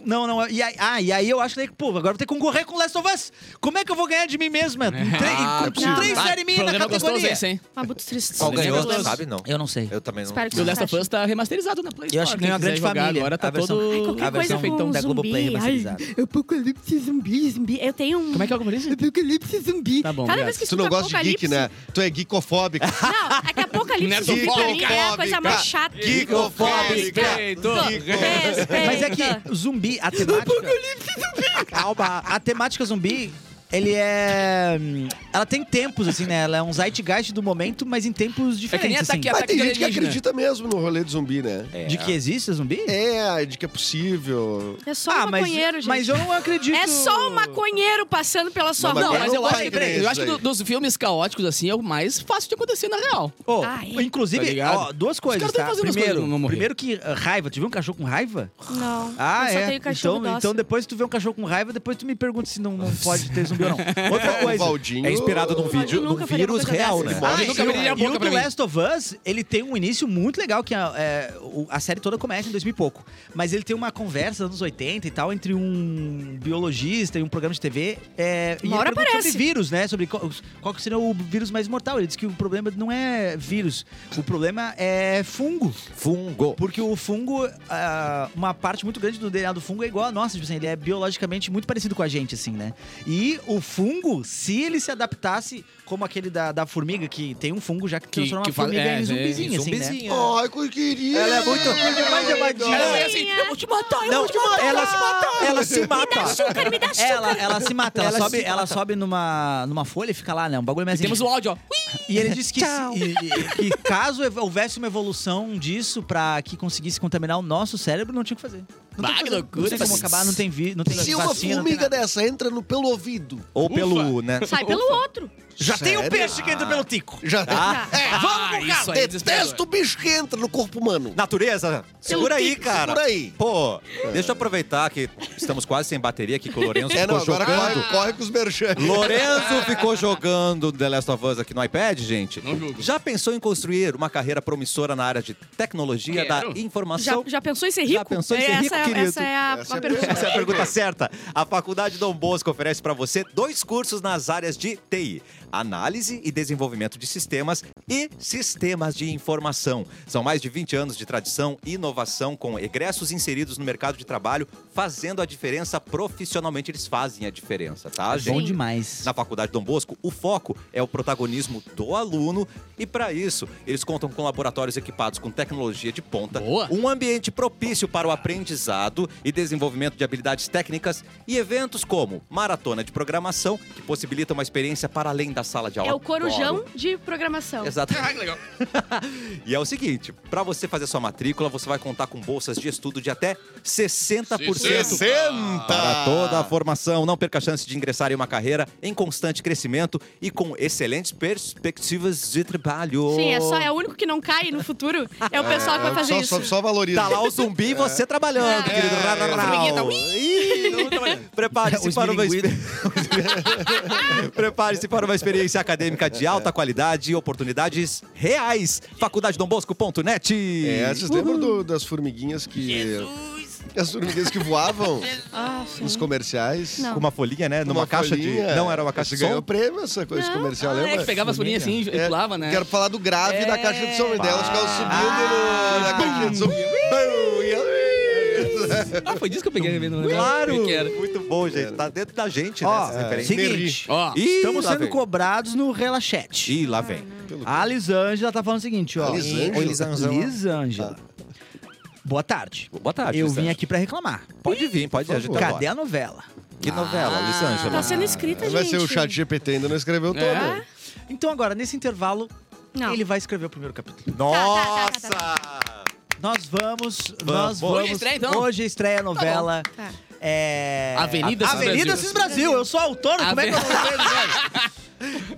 S7: Não, não. E aí, ah, e aí eu acho que, pô, agora vou ter que concorrer com Last of Us. Como é que eu vou ganhar de mim mesma? Com, tre-
S4: Ah,
S7: com- com
S2: não.
S7: três
S4: Ah,
S7: séries minhas na
S4: programa gostoso
S7: categoria.
S4: esse, hein?
S2: Uma muito triste.
S1: Qual
S4: Sim,
S1: ganhou?
S4: sim.
S1: Você sabe? Não.
S7: Eu não sei.
S1: Eu também não.
S2: Espero que
S4: E o
S2: não
S4: Last of Us tá remasterizado na Play
S7: Eu acho que
S4: Store,
S7: nem uma
S4: quem
S7: grande
S4: quiser jogar
S7: família.
S4: Agora tá
S7: a versão-
S4: todo...
S2: Ai, qualquer
S7: a versão
S2: coisa com
S7: da
S2: zumbi.
S7: Globoplay remasterizada.
S2: Ai, apocalipse zumbi, zumbi. Eu tenho um...
S4: Como é que é o que eu falei?
S2: Apocalipse zumbi.
S4: Tá bom,
S2: Cada
S4: obrigado.
S1: é
S2: vez que
S3: Tu não
S2: escuta
S3: gosta de geek,
S2: apocalipse-
S3: né? Tu é geekofóbico.
S2: Não, é que apocalipse
S5: Que
S2: zumbi pra mim é a coisa mais chata.
S3: Gigofóbica.
S5: Respeito.
S2: Respeita.
S7: Mas é que zumbi, a temática. Calma, a temática zumbi. Ele é. hum, Ela tem tempos, assim, né? Ela é um zeitgeist do momento, mas em tempos
S4: É que nem
S7: diferentes. assim.
S4: ataque,
S3: Mas
S4: ataque
S3: tem gente que
S4: alienígena.
S3: acredita mesmo no rolê de zumbi, né?
S1: É.
S7: De que existe zumbi?
S3: É, de que é possível.
S2: É só um
S7: Ah, mas,
S2: maconheiro, gente.
S7: mas eu não acredito.
S2: É só um maconheiro passando pela sua
S4: Não,
S3: Não,
S2: rua.
S3: Agora
S4: mas eu
S3: não
S4: acho
S3: vai
S4: que,
S3: crer
S4: peraí, eu
S3: isso
S4: acho que
S3: aí.
S4: do- dos filmes caóticos, assim, é o mais fácil de acontecer na real.
S7: Ô,
S2: Ah, é?
S4: Tá
S7: inclusive,
S4: ligado?
S7: ó, duas coisas,
S4: caras tão
S7: tá?
S4: fazendo as
S7: Primeiro,
S4: coisas não morrer.
S7: primeiro que ah, raiva. Tu viu um cachorro com raiva?
S2: Não.
S7: Ah,
S2: eu só
S7: é.
S2: tenho cachorro
S7: então,
S2: dócil.
S7: então depois que tu vê um cachorro com raiva, depois tu me pergunta se não, não pode ter zumbi ou não. Outra
S3: O
S7: coisa.
S3: Valdinho...
S1: É inspirado num vídeo, num
S2: nunca faria uma
S1: vírus
S2: coisa
S1: real,
S2: dessa.
S1: né?
S7: Ah,
S4: Ele
S7: e
S4: nunca
S7: o-
S4: abriria a
S7: e
S4: boca
S7: o
S4: pra
S7: The
S4: mim.
S7: Last of Us, ele tem um início muito legal, que a, é, o- a série toda começa em 2000 e pouco. Mas ele tem uma conversa nos anos 80 e tal, entre um biologista e um programa de TV. É,
S2: Uma
S7: e ele
S2: hora
S7: pergunta
S2: aparece.
S7: sobre vírus, né? Sobre qual, qual que seria o vírus mais mortal. Ele diz que o problema não é vírus, o problema é fungo.
S1: Fungo.
S7: Porque o fungo, ah, uma parte muito grande do DNA do fungo é igual a nossa, tipo assim, ele é biologicamente muito parecido com a gente, assim, né? E o fungo, se ele se adaptasse como aquele da, da formiga, que tem um fungo já que, transforma
S4: que
S7: a
S4: fala-
S7: formiga
S4: é,
S7: em
S4: é,
S7: zumbizinho, assim, né?
S1: Zumbizinha.
S3: Ai, que querida!
S7: Ela é muito- mais amadinha.
S4: Ela
S7: Sim,
S4: é assim, eu vou te matar, eu
S7: Não,
S4: vou te matar.
S7: ela se mata. Ela se mata.
S2: Açúcar, me dá açúcar.
S7: Ela, ela se mata, ela,
S1: Ela
S7: sobe,
S1: se
S7: ela sobe numa, numa folha e fica lá, né? Um bagulho meio assim.
S4: Temos o áudio, ó.
S7: E ele disse que, se- e- e- que caso ev- houvesse uma evolução disso pra que conseguisse contaminar o nosso cérebro, não tinha o que fazer. Não
S4: Bah,
S7: tem o
S4: que
S7: fazer.
S4: loucura.
S7: Não tem como acabar, não tem vi, não tem
S3: Se uma
S7: vacina, não tem
S3: formiga dessa entra no pelo ouvido...
S1: Ou pelo, né?
S2: Sai pelo outro.
S7: Já tem um
S3: Sério?
S7: peixe que entra pelo tico.
S3: Já...
S1: Ah.
S3: É,
S4: Ah,
S3: vamos,
S4: isso
S3: cara!
S4: aí é
S3: Detesto o bicho que entra no corpo humano.
S1: Natureza, segura aí,
S2: tico,
S1: cara.
S3: segura aí.
S1: Pô, deixa eu aproveitar que estamos quase sem bateria aqui, que o Lourenço
S3: É, não,
S1: ficou
S3: agora
S1: jogando.
S3: corre, corre com os merchan.
S1: Lorenzo ficou jogando The Last of Us aqui no iPad, gente.
S5: Não julgo.
S1: Já pensou em construir uma carreira promissora na área de tecnologia
S5: Quero.
S1: da informação?
S2: Já, já pensou em ser
S1: Já
S2: rico?
S1: pensou em ser
S2: É,
S1: rico,
S2: essa, é-
S1: querido?
S2: essa é a,
S3: Essa
S2: a
S3: é a
S2: pergunta.
S1: Essa é a pergunta certa. A Faculdade Dom Bosco oferece para você dois cursos nas áreas de TI: análise e desenvolvimento de sistemas e sistemas de informação. São mais de 20 anos de tradição e inovação com egressos inseridos no mercado de trabalho, fazendo a diferença profissionalmente. Eles fazem a diferença, tá, gente?
S7: Bom demais.
S1: Na Faculdade Dom Bosco, o foco é o protagonismo do aluno e para isso, eles contam com laboratórios equipados com tecnologia de ponta,
S4: Boa.
S1: um ambiente propício para o aprendizado e desenvolvimento de habilidades técnicas e eventos como maratona de programação, que possibilita uma experiência para além da sala de aula.
S2: É o corujão
S1: Adoro.
S2: de programação.
S1: Exato.
S5: Ah, que legal.
S1: E é o seguinte, para você fazer sua matrícula, você vai contar com bolsas de estudo de até 60% para toda a formação. Não perca a chance de ingressar em uma carreira em constante crescimento e com excelentes perspectivas de trabalho.
S2: Sim, é só é o único que não cai no futuro. É o pessoal que vai fazer
S3: só,
S2: isso.
S3: Só, só valoriza.
S1: Tá lá o zumbi e você trabalhando,
S2: É.
S1: querido. Rá, rá, rá.
S5: Formiguinha tá,
S1: Ih, Prepare-se
S7: Os
S1: para uma
S7: milinguidos.
S1: experiência. Prepare-se para uma experiência acadêmica de alta qualidade e oportunidades reais. Faculdadedombosco.net.
S3: É, vocês lembram do- das formiguinhas que... As formiguinhas que voavam
S2: Ah, sim.
S3: nos comerciais?
S2: Não.
S1: Com uma folhinha, né? Numa
S3: Uma
S1: caixa
S3: folhinha.
S1: de. Não, era uma caixa de
S3: Você ganhou
S1: som.
S3: prêmio essa coisa de
S2: Não.
S3: comercial,
S4: Ah,
S3: lembra?
S4: é que pegava as folhinhas assim e
S3: É,
S4: pulava, né?
S3: Quero falar do grave
S4: É.
S3: da caixa de som. E daí elas
S1: Ah.
S3: ficavam subindo no, na caixinha de som.
S4: Ah, foi disso que eu peguei a não lembro
S1: Claro!
S4: o que era.
S1: Muito bom, gente. Tá dentro da gente, né?
S7: Ó,
S1: essas referências.
S7: seguinte.
S4: Ó,
S1: Ih,
S7: Estamos
S1: lá
S7: sendo
S1: vem.
S7: cobrados no Relaxete.
S1: Ih, lá vem.
S7: A Lisângela tá falando o seguinte, ó.
S3: Lisângela?
S7: Oi, Lisângela. Lisângela. Boa tarde.
S1: Tá. Boa tarde.
S7: Eu
S1: Lisângela. Tá
S7: vim aqui pra reclamar.
S1: Pode vir, pode
S3: Por
S1: ajudar.
S3: favor.
S7: Cadê a novela?
S1: Que novela, Lisângela?
S2: Tá sendo escrita, gente.
S3: né? Vai ser
S7: né?
S3: o chat GPT, ainda não escreveu todo.
S4: É?
S7: Então agora, nesse intervalo,
S2: Não.
S7: ele vai escrever o primeiro capítulo.
S1: Tá, Nossa!
S7: Nós vamos, nós vamos.
S4: Hoje estreia, então?
S7: Hoje estreia a novela.
S2: Tá.
S7: é...
S4: Avenida Cis
S7: Avenida
S4: Brasil.
S7: Cis Brasil. Eu sou autônomo, como é que eu vou fazer?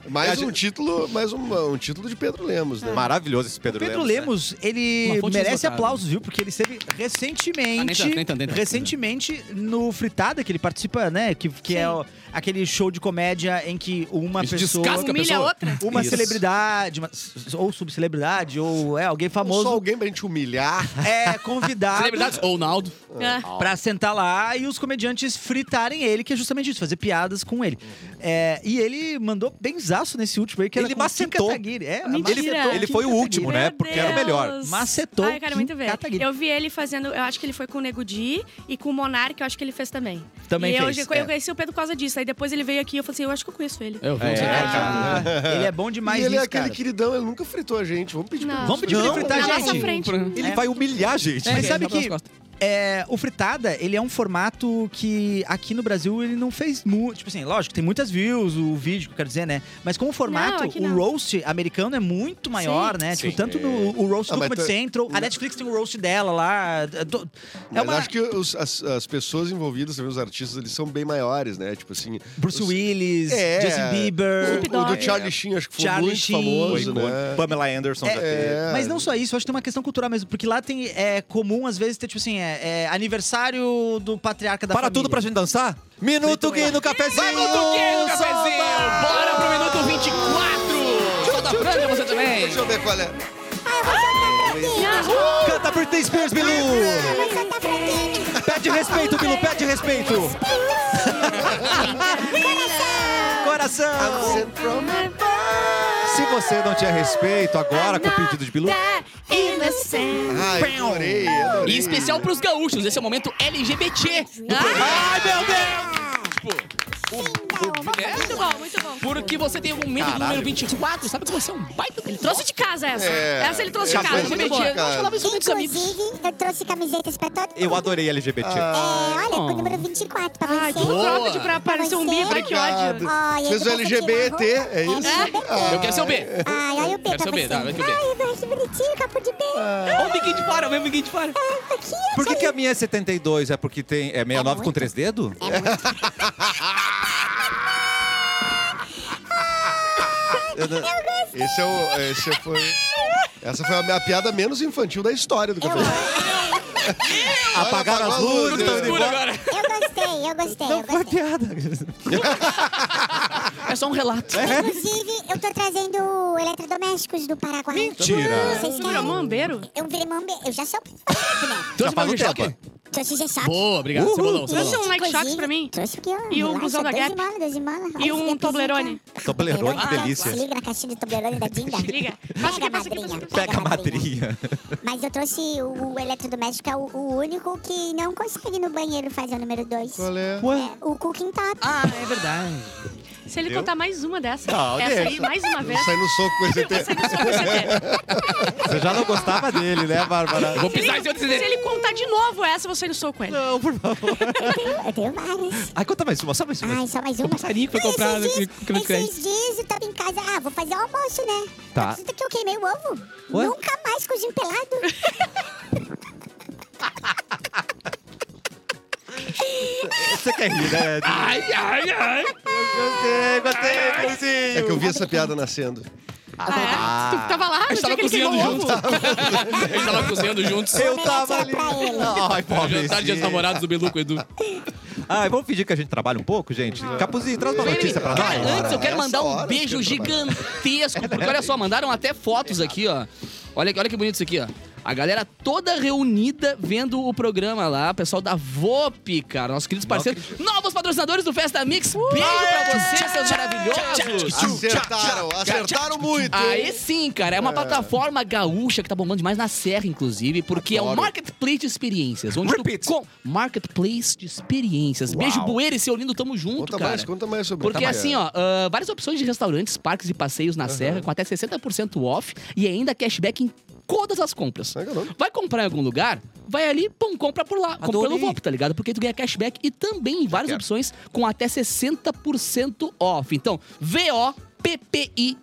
S3: Mais um título, mais um, um título de Pedro Lemos,
S7: Ah.
S3: né?
S1: Maravilhoso esse Pedro,
S7: Pedro
S1: Lemos. né?
S7: Lemos,
S4: Uma
S7: ele
S4: fonte
S7: merece
S4: esgotável.
S7: aplausos, viu? Porque ele esteve recentemente.
S4: Ah, nem tanto, nem tanto, nem tanto.
S7: recentemente no Fritada, que ele participa, né? Que, que é o- aquele show de comédia em que uma
S4: Isso
S7: pessoa.
S4: descasca a
S2: Humilha
S4: pessoa.
S2: outra.
S7: Uma
S1: Isso.
S7: celebridade, uma- ou subcelebridade, ou é alguém
S3: Ou Só
S7: famoso,
S3: alguém pra gente humilhar.
S7: é convidado
S4: Ah, Celebridades ou Naldo.
S2: Ah,
S7: pra sentar lá e os comediantes fritarem ele, que é justamente isso, fazer piadas com ele. É, e ele mandou bem braço nesse último aí que
S1: Ele
S7: era com Kim
S1: macetou.
S7: Kataguiri. É,
S2: Mentira.
S1: Ele,
S2: Tira.
S1: ele foi o
S7: Kim
S1: último,
S2: Meu
S1: né? Porque era o
S2: Deus.
S1: melhor.
S7: Macetou
S2: Ai, cara,
S7: Kim
S2: muito bem.
S7: Kataguiri.
S2: Eu vi ele fazendo, eu acho que ele foi com o Nego Di e com o Monark, eu acho que ele fez também.
S7: Também
S2: e eu
S7: fez,
S2: já-
S7: é.
S2: eu conheci o Pedro por causa disso. Aí depois ele veio aqui e eu falei assim, eu acho que eu conheço ele.
S4: Eu vi
S1: É,
S4: um
S1: cara.
S7: Ele é bom
S3: Mas
S7: demais
S3: e ele é
S7: nisso,
S3: aquele
S7: cara.
S3: queridão, ele nunca fritou a gente. Vamos pedir tá, pra
S2: Não.
S3: ele.
S7: Vamos pedir pra
S1: Não.
S7: ele fritar,
S2: Na
S7: gente.
S2: nossa frente.
S1: Ele vai humilhar a gente. né?
S7: É. Mas
S4: ele
S7: sabe
S4: vai pelas
S7: que-
S4: costas.
S7: É, o Fritada, ele é um formato que aqui no Brasil ele não fez muito. Tipo assim, lógico, tem muitas views, o vídeo que eu quero dizer, né? Mas como formato,
S2: Não, aqui
S7: o
S2: não.
S7: roast americano é muito maior, né?
S1: Sim.
S7: Tipo, tanto no o roast
S3: Ah,
S7: do
S3: mas
S7: Comedy
S3: tu-
S7: Central, a Netflix tem o roast dela lá. é do- É
S3: Mas
S7: uma.
S3: acho que os- as, as pessoas envolvidas, também os artistas, eles são bem maiores, né? Tipo assim...
S7: Bruce
S3: os-
S7: Willis,
S3: É.
S7: Justin Bieber.
S3: O, o do Charlie Sheen, acho que foi
S7: Charlie
S3: muito
S7: Sheen.
S1: Foi
S3: famoso,
S1: icônico.
S3: né?
S1: Pamela Anderson já teve.
S3: É.
S7: Mas não só isso, eu acho que tem uma questão cultural mesmo, porque lá tem é comum às vezes ter tipo assim, é, é aniversário do patriarca da
S1: Para
S7: família.
S1: tudo pra gente dançar? Minuto Gui no cafezinho!
S4: Minuto Gay, cafezinho! Bora pro minuto 24! Chuta a franja você também!
S3: Deixa eu ver qual é.
S1: Canta Britney Spears, Bilu! Pede respeito, Bilu, pede respeito! Coração! Se você não tinha respeito agora com o pedido de Bilu,
S2: É,
S3: Ai, adorei, adorei.
S4: E especial pros gaúchos, esse é o momento LGBT.
S2: Ah,
S1: Ai, meu Deus!
S8: Então,
S4: né?
S2: Muito bom, muito bom.
S4: É? Porque você tem algum medo do número 24, sabe que você é um baita Ele
S2: Trouxe de casa essa.
S3: É.
S2: Essa ele trouxe
S3: É,
S2: de casa,
S3: foi
S2: muito
S3: muito
S2: boa.
S3: de casa.
S4: falava isso com muitos amigos.
S8: Inclusive, eu trouxe camisetas pra todo
S1: Eu
S8: mundo.
S1: adorei LGBT.
S8: É, olha, com o número 24 pra
S2: Ai, que
S8: você.
S2: troca de pra aparecer um bifra, que ódio.
S8: Olha,
S3: Fez o
S8: depois eu tiro a
S3: LGBT, é isso?
S8: roupa.
S4: Eu quero ser o B.
S8: Ai, olha o B
S4: Quero ser
S8: pra
S4: o B,
S8: você.
S4: dá, vai que o B.
S8: Ai, mas que bonitinho, capo de B.
S3: Ah.
S4: Olha o biquinho de fora, olha o biquinho de fora.
S8: Aqui,
S1: Por que, que a minha é 72? É porque tem. É 69 com três dedos?
S3: Eu não- Esse é o. Esse foi. Essa foi a minha piada menos infantil da história do café.
S1: Apagaram
S3: apagou
S1: as
S3: a luz,
S1: luzes,
S3: né?
S1: estão indo
S4: Escuro
S1: embora.
S4: agora.
S8: eu gostei, eu gostei, eu gostei.
S1: piada.
S4: É só um relato.
S8: Inclusive, eu tô trazendo eletrodomésticos do Paraguai.
S1: Mentira.
S8: Vocês
S2: Tu virou
S8: querem?
S2: mambeiro?
S8: Eu virei mambe... Eu já sou... né?
S1: Já faz um
S4: Trouxe
S1: tempo.
S8: Trouxe G-Shock.
S4: Boa, obrigado. Você mandou, você
S2: Trouxe
S4: mandou.
S2: um Mike Shox pra mim?
S8: Trouxe o quê? ó?
S2: E um
S8: Relaxa,
S2: cuzão da
S8: dois
S2: Gap.
S8: imola, dois imola.
S2: E
S8: Olha,
S2: um
S8: representa-
S2: Toblerone.
S1: Toblerone, que
S8: Ah,
S1: delícia.
S8: Se liga na caixinha de Toblerone da Dinda.
S2: Se liga. Passa aqui,
S8: Pega a
S2: passa aqui, passa
S8: madrinha.
S2: aqui.
S1: Pega a madrinha.
S8: Mas eu trouxe o, o eletrodoméstico, é o, o único que não consegue ir no banheiro fazer o número 2.
S3: Qual é?
S8: É, o cooking top.
S4: Ah, é verdade.
S2: Se ele contar mais uma dessa,
S1: Não,
S2: essa
S1: deixa.
S2: aí, mais uma
S3: Eu
S4: é?
S2: vez.
S3: saí no soco com esse
S2: Você
S3: ET.
S2: não sabe o que você quer.
S1: Você já não gostava dele, né, Bárbara?
S4: Eu vou
S2: Se
S4: pisar em cima
S2: ele, se
S4: desse
S2: ele contar de novo essa, você não sou com
S4: Ah,
S2: ele.
S1: Não, por favor.
S8: Eu tenho vários.
S1: Ai, conta mais uma, só mais uma.
S8: Ai, só mais uma.
S4: O passarinho que foi comprado
S8: esses
S4: com crédito
S8: dias,
S4: crédito.
S8: esses dias eu tava em casa. Ah, vou fazer o almoço, né?
S1: Tá.
S8: Acredita que eu queimei o ovo?
S1: Ué?
S8: Nunca mais cozinho pelado.
S1: Você quer rir, né?
S4: Ai, ai, ai.
S1: Gostei, gostei,
S3: É que
S1: Felizinho.
S3: eu vi essa piada nascendo.
S2: Ah, é? Tu tava lá
S4: tá. A
S2: no
S4: gente
S2: dia
S4: tava
S2: que ele
S4: cozinhando
S2: queimou o ovo?
S4: juntos. A gente tava cozinhando juntos.
S1: Eu tava ali.
S8: Pra ele.
S1: Ai,
S4: Jantar de Dia dos
S1: pobrezinho.
S4: namorados do Belu com o Edu.
S1: Ai, vamos fingir que a gente trabalha um pouco, gente? Capuzinho, traz uma notícia pra
S4: Cara,
S1: nós.
S4: antes eu quero
S3: Essa
S4: mandar
S3: hora
S4: um
S3: eu
S4: beijo
S3: quero trabalhar.
S4: gigantesco. Porque olha só, mandaram até fotos aqui, ó. Olha, olha que bonito isso aqui, ó. A galera toda reunida vendo o programa lá. O pessoal da VOP, cara. Nossos queridos parceiros. Novos patrocinadores do Festa Mix. Beijo pra vocês, seus maravilhosos.
S3: Acertaram, acertaram muito.
S4: Aí sim, cara. É uma plataforma gaúcha que tá bombando demais na Serra, inclusive, porque é um
S3: Adoro.
S4: marketplace de experiências. Onde
S1: Repeat.
S4: Tu com... Marketplace de experiências. Beijo, Bueira e seu lindo, tamo junto,
S3: Conta
S4: cara.
S3: mais, conta mais sobre
S4: Porque
S3: Conta mais.
S4: assim, ó, ah, várias opções de restaurantes, parques e passeios na Serra com até 60% off e ainda cashback em todas as compras.
S3: Como é que é o nome?
S4: Vai comprar em algum lugar? Vai ali, pum, compra por lá. Compra
S1: Adorei.
S4: pelo Vop, tá ligado? Porque tu ganha cashback e também várias
S1: quero.
S4: opções com até 60% off. Então,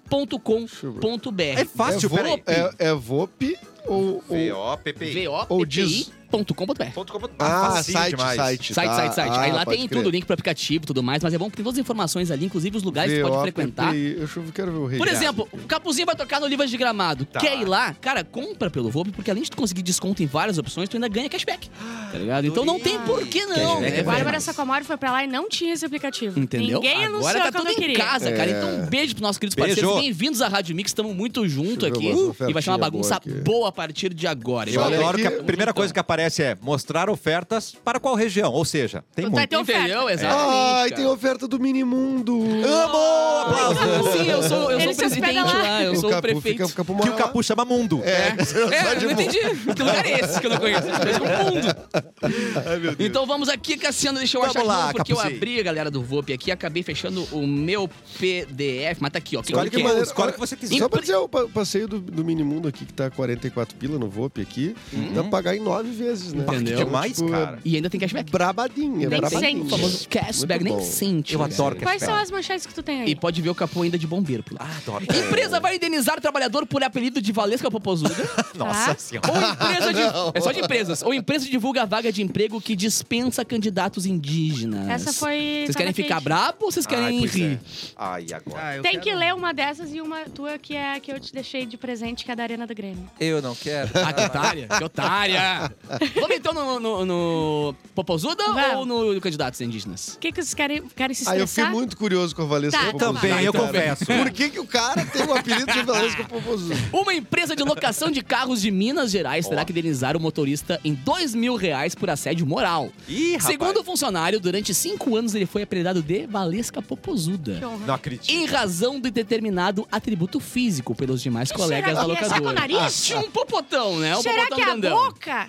S4: VOPPI.com.br.
S1: É fácil,
S3: é
S1: peraí.
S3: VOP, é, é VOP ou... ou...
S1: V.O.P.P.I.
S3: Ou diz.
S4: VOPPI.com.br.
S3: Ah,
S1: Facinho
S3: site,
S1: demais.
S4: Tá
S3: site.
S4: Site,
S3: tá.
S4: site, site.
S3: Ah,
S4: Aí lá
S3: pode
S4: tem
S3: crer.
S4: tudo, link pro aplicativo e tudo mais, mas é bom que tem todas as informações ali, inclusive os lugares que tu pode
S3: VOP,
S4: frequentar.
S3: Eu só quero ver o rei.
S4: Por exemplo, o Capuzinho vai tocar no Livas de Gramado. Quer ir lá? Cara, compra pelo Vobe, porque além de tu conseguir desconto em várias opções, tu ainda ganha cashback. Tá ligado? Então não tem por que não.
S7: Cashback
S4: né?
S7: é
S4: Vai-
S2: Bárbara Sacomori foi pra lá e não tinha esse aplicativo.
S4: Entendeu?
S2: Ninguém anunciou
S4: Agora tá
S2: como
S4: tudo
S2: eu
S4: em
S2: queria.
S4: casa, cara. Então, um beijo pros nossos queridos
S1: Beijo.
S4: parceiros. Bem-vindos à Rádio Mix, estamos muito junto
S3: É. Deixa eu ver
S4: aqui.
S3: umas
S4: E vai ser uma
S3: ofertinhas
S4: bagunça
S3: boas aqui.
S4: boa a partir de agora.
S1: Eu
S3: Olha
S1: adoro
S3: aqui.
S1: que a primeira coisa que PS é mostrar ofertas para qual região, ou seja, tem
S2: Vai
S1: muito.
S2: ter oferta. É.
S4: Entendeu? É, Exatamente.
S3: Ai,
S4: cara.
S3: tem oferta do Minimundo.
S1: Amo! Aplausos!
S4: Sim, eu sou, eu sou
S2: Ele
S4: o
S2: se hospeda
S4: presidente
S2: lá.
S4: lá. eu sou o prefeito.
S3: Fica, fica pro
S1: Que
S3: morar
S1: o
S3: lá.
S1: Capu chama Mundo.
S3: É,
S4: É,
S3: só de
S4: não
S3: boa.
S4: entendi. Que lugar é esse que eu não conheço? Esse é o mundo. Então vamos aqui, Cassiano. Deixa eu
S1: Vamos
S4: achar de
S1: lá,
S4: novo, porque eu
S1: Capuzinho.
S4: abri a galera do VOP aqui e acabei fechando o meu PDF. Mas tá aqui, ó. Quem
S1: Escolhe
S4: que
S1: que maneiro.
S4: é?
S3: maneira-
S1: escolhe o que você quiser.
S3: Só pra dizer, o pa- passeio do, do Minimundo aqui, que tá 44 pila no VOP aqui, dá pra pagar em nove vezes, né?
S1: Uhum. Impacto
S4: Entendeu?
S1: demais,
S3: Tipo,
S1: cara.
S4: E ainda tem cashback.
S3: Brabadinha,
S2: Nem
S3: brabadinha.
S2: sente.
S4: O famoso cashback,
S3: Muito
S4: nem
S3: bom.
S4: sente.
S1: Eu
S4: né?
S1: adoro
S2: Quais são
S1: cashback.
S2: as manchetes que tu tem aí?
S4: E pode ver o capô ainda de bombeiro por lá.
S1: Ah, adoro.
S4: Empresa vai indenizar trabalhador por apelido de Valesca Popozuda.
S1: Nossa
S8: Ah.
S2: Tá.
S1: senhora.
S4: Ou empresa de. É só de empresas. Ou empresa divulga vaga de emprego que dispensa candidatos indígenas.
S2: Essa foi-
S4: Vocês querem
S2: tava
S4: ficar
S2: quente.
S4: brabo ou vocês querem
S1: pois
S4: rir?
S1: é. Ai, agora.
S7: Ah, eu
S2: Tem
S7: quero-
S2: que
S4: um.
S2: ler uma dessas e uma tua que é a que eu te deixei de presente, que é da Arena do Grêmio.
S1: Eu não quero.
S4: Ah, que otária! Que otária! Vamos então no, no, no Popozuda ou
S2: Vamos.
S4: no Candidatos Indígenas?
S2: O que, que vocês querem, querem se
S3: Ah, eu fiquei
S2: estressar?
S3: muito curioso com a Valesca
S2: Tá,
S3: Popozuda,
S1: Também, eu
S3: cara.
S1: confesso.
S3: Por que, que o cara tem o apelido de Valesca Popozuda?
S4: Uma empresa de locação de carros de Minas Gerais terá que indenizar o motorista em dois mil reais por assédio moral.
S1: Ih, rapaz.
S4: Segundo o funcionário, durante cinco anos ele foi apelidado de Valesca Popozuda.
S2: Que honra.
S1: Não acredito.
S4: em razão de determinado atributo físico pelos demais
S2: Que
S4: colegas
S2: será
S4: da
S2: que é? Será que é o
S4: locadora.
S2: nariz?
S4: Tinha um popotão, né? Um
S2: Será
S4: popotão
S2: que é a
S4: grandão.
S2: boca?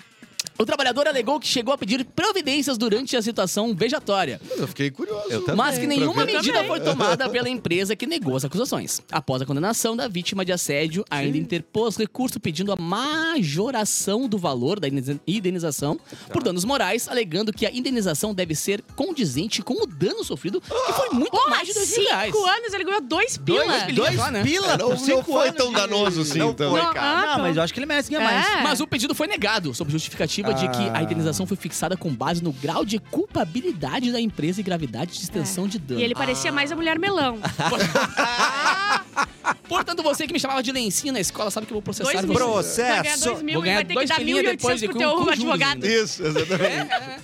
S4: O trabalhador alegou que chegou a pedir providências durante a situação vejatória,
S3: Eu fiquei curioso.
S1: Eu também.
S4: mas que nenhuma
S3: Pra ver.
S4: medida foi tomada pela empresa que negou as acusações. Após a condenação da vítima de assédio, ainda interpôs recurso pedindo a majoração do valor da indeniza- indenização
S7: Tá.
S4: por danos morais, alegando que a indenização deve ser condizente com o dano sofrido, que foi muito
S2: Porra,
S4: mais de dois mil reais.
S2: cinco anos, ele ganhou dois pila.
S4: Dois pila.
S7: Dois
S4: Claro, né?
S7: pila
S3: Não,
S7: por
S3: não
S7: cinco
S3: foi
S7: anos
S3: tão
S7: de-
S3: danoso assim,
S1: Não
S3: então.
S1: foi,
S2: Não,
S1: cara.
S2: ah,
S7: Não,
S2: tá.
S7: mas eu acho que ele merece ganhar mais.
S2: É.
S4: Mas o pedido foi negado, sob justificativa de que a
S7: Ah.
S4: indenização foi fixada com base no grau de culpabilidade da empresa e gravidade de extensão de dano.
S2: É. E ele parecia mais a mulher melão.
S4: Portanto, você que me chamava de lencinho na escola sabe que eu vou processar
S2: Dois
S4: você.
S2: mil. Vai ganhar
S1: Processo.
S2: dois mil
S4: Vou
S2: e
S4: ganhar
S2: vai ter que
S4: dois
S2: dar
S4: pilinha
S2: mil e oitocentos
S4: depois de
S2: pro
S4: com-
S2: teu
S4: com juros
S2: advogado.
S4: ainda.
S3: Isso, exatamente.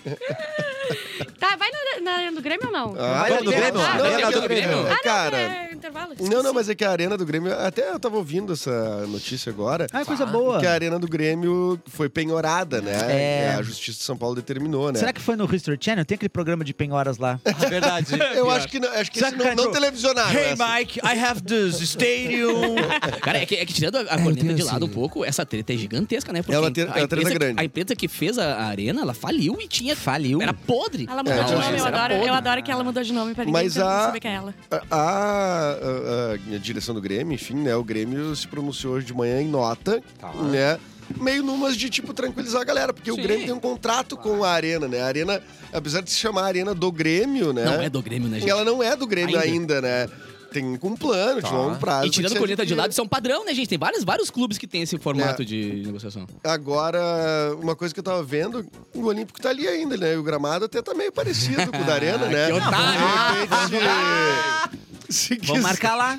S2: Tá, vai na, na Arena do Grêmio ou não?
S3: Ah,
S1: Vamos no
S3: não,
S1: Grêmio?
S3: não,
S1: Ah,
S3: não,
S1: Arena
S3: não,
S1: do
S4: Grêmio.
S3: é, Cara,
S2: É intervalo?
S3: não, não, mas é que a Arena do Grêmio... Até eu tava ouvindo essa notícia agora.
S7: Ah, coisa boa.
S3: Que é. a Arena do Grêmio foi penhorada, né?
S7: É.
S3: A Justiça de São Paulo determinou, né?
S7: Será que foi no History Channel? Tem aquele programa de penhoras lá.
S6: É
S1: Verdade.
S3: Eu acho que não, acho que
S7: Será
S3: esse
S7: que
S3: não, não
S7: caiu?
S3: televisionaram essa.
S6: assim.
S7: Mike, I have this stadium.
S4: Cara, é que, é que tirando a, a
S7: eu
S4: corneta
S7: tenho
S4: de lado um
S7: assim.
S4: pouco, essa treta é gigantesca, né? Porque
S3: É uma tre- é uma treta
S4: empresa,
S3: grande.
S4: a empresa que fez a, a arena, ela faliu e tinha...
S7: Faliu.
S4: Era podre.
S2: Ela mudou
S3: É,
S2: de
S3: eu
S2: nome, eu
S3: acho que
S2: adoro,
S4: Era
S2: eu
S4: podre.
S2: adoro que ela mudou de nome pra ninguém
S3: Mas
S2: saber-
S3: a-
S2: saber que é ela.
S3: A, a- a- a direção do Grêmio, enfim, né? O Grêmio se pronunciou hoje de manhã em nota, né? Meio numas de, tipo, tranquilizar a galera, porque
S4: Sim.
S3: o Grêmio tem um contrato com a Arena, né? A Arena, apesar de se chamar Arena do Grêmio, né?
S4: Não é do Grêmio, né, gente?
S3: Ela não é do Grêmio
S4: Ainda.
S3: ainda, né? Tem com um plano de longo prazo.
S4: E tirando a
S3: que
S4: corneta de
S3: seja-
S4: lado, isso é um padrão, né, gente? Tem vários, vários clubes que tem esse formato
S3: É.
S4: de negociação.
S3: Agora, uma coisa que eu tava vendo, o Olímpico tá ali ainda, né? E o gramado até tá meio parecido com o da Arena, né?
S4: Que otário!
S3: De repente, se- se
S7: Vamos
S3: quiser-
S7: marcar lá.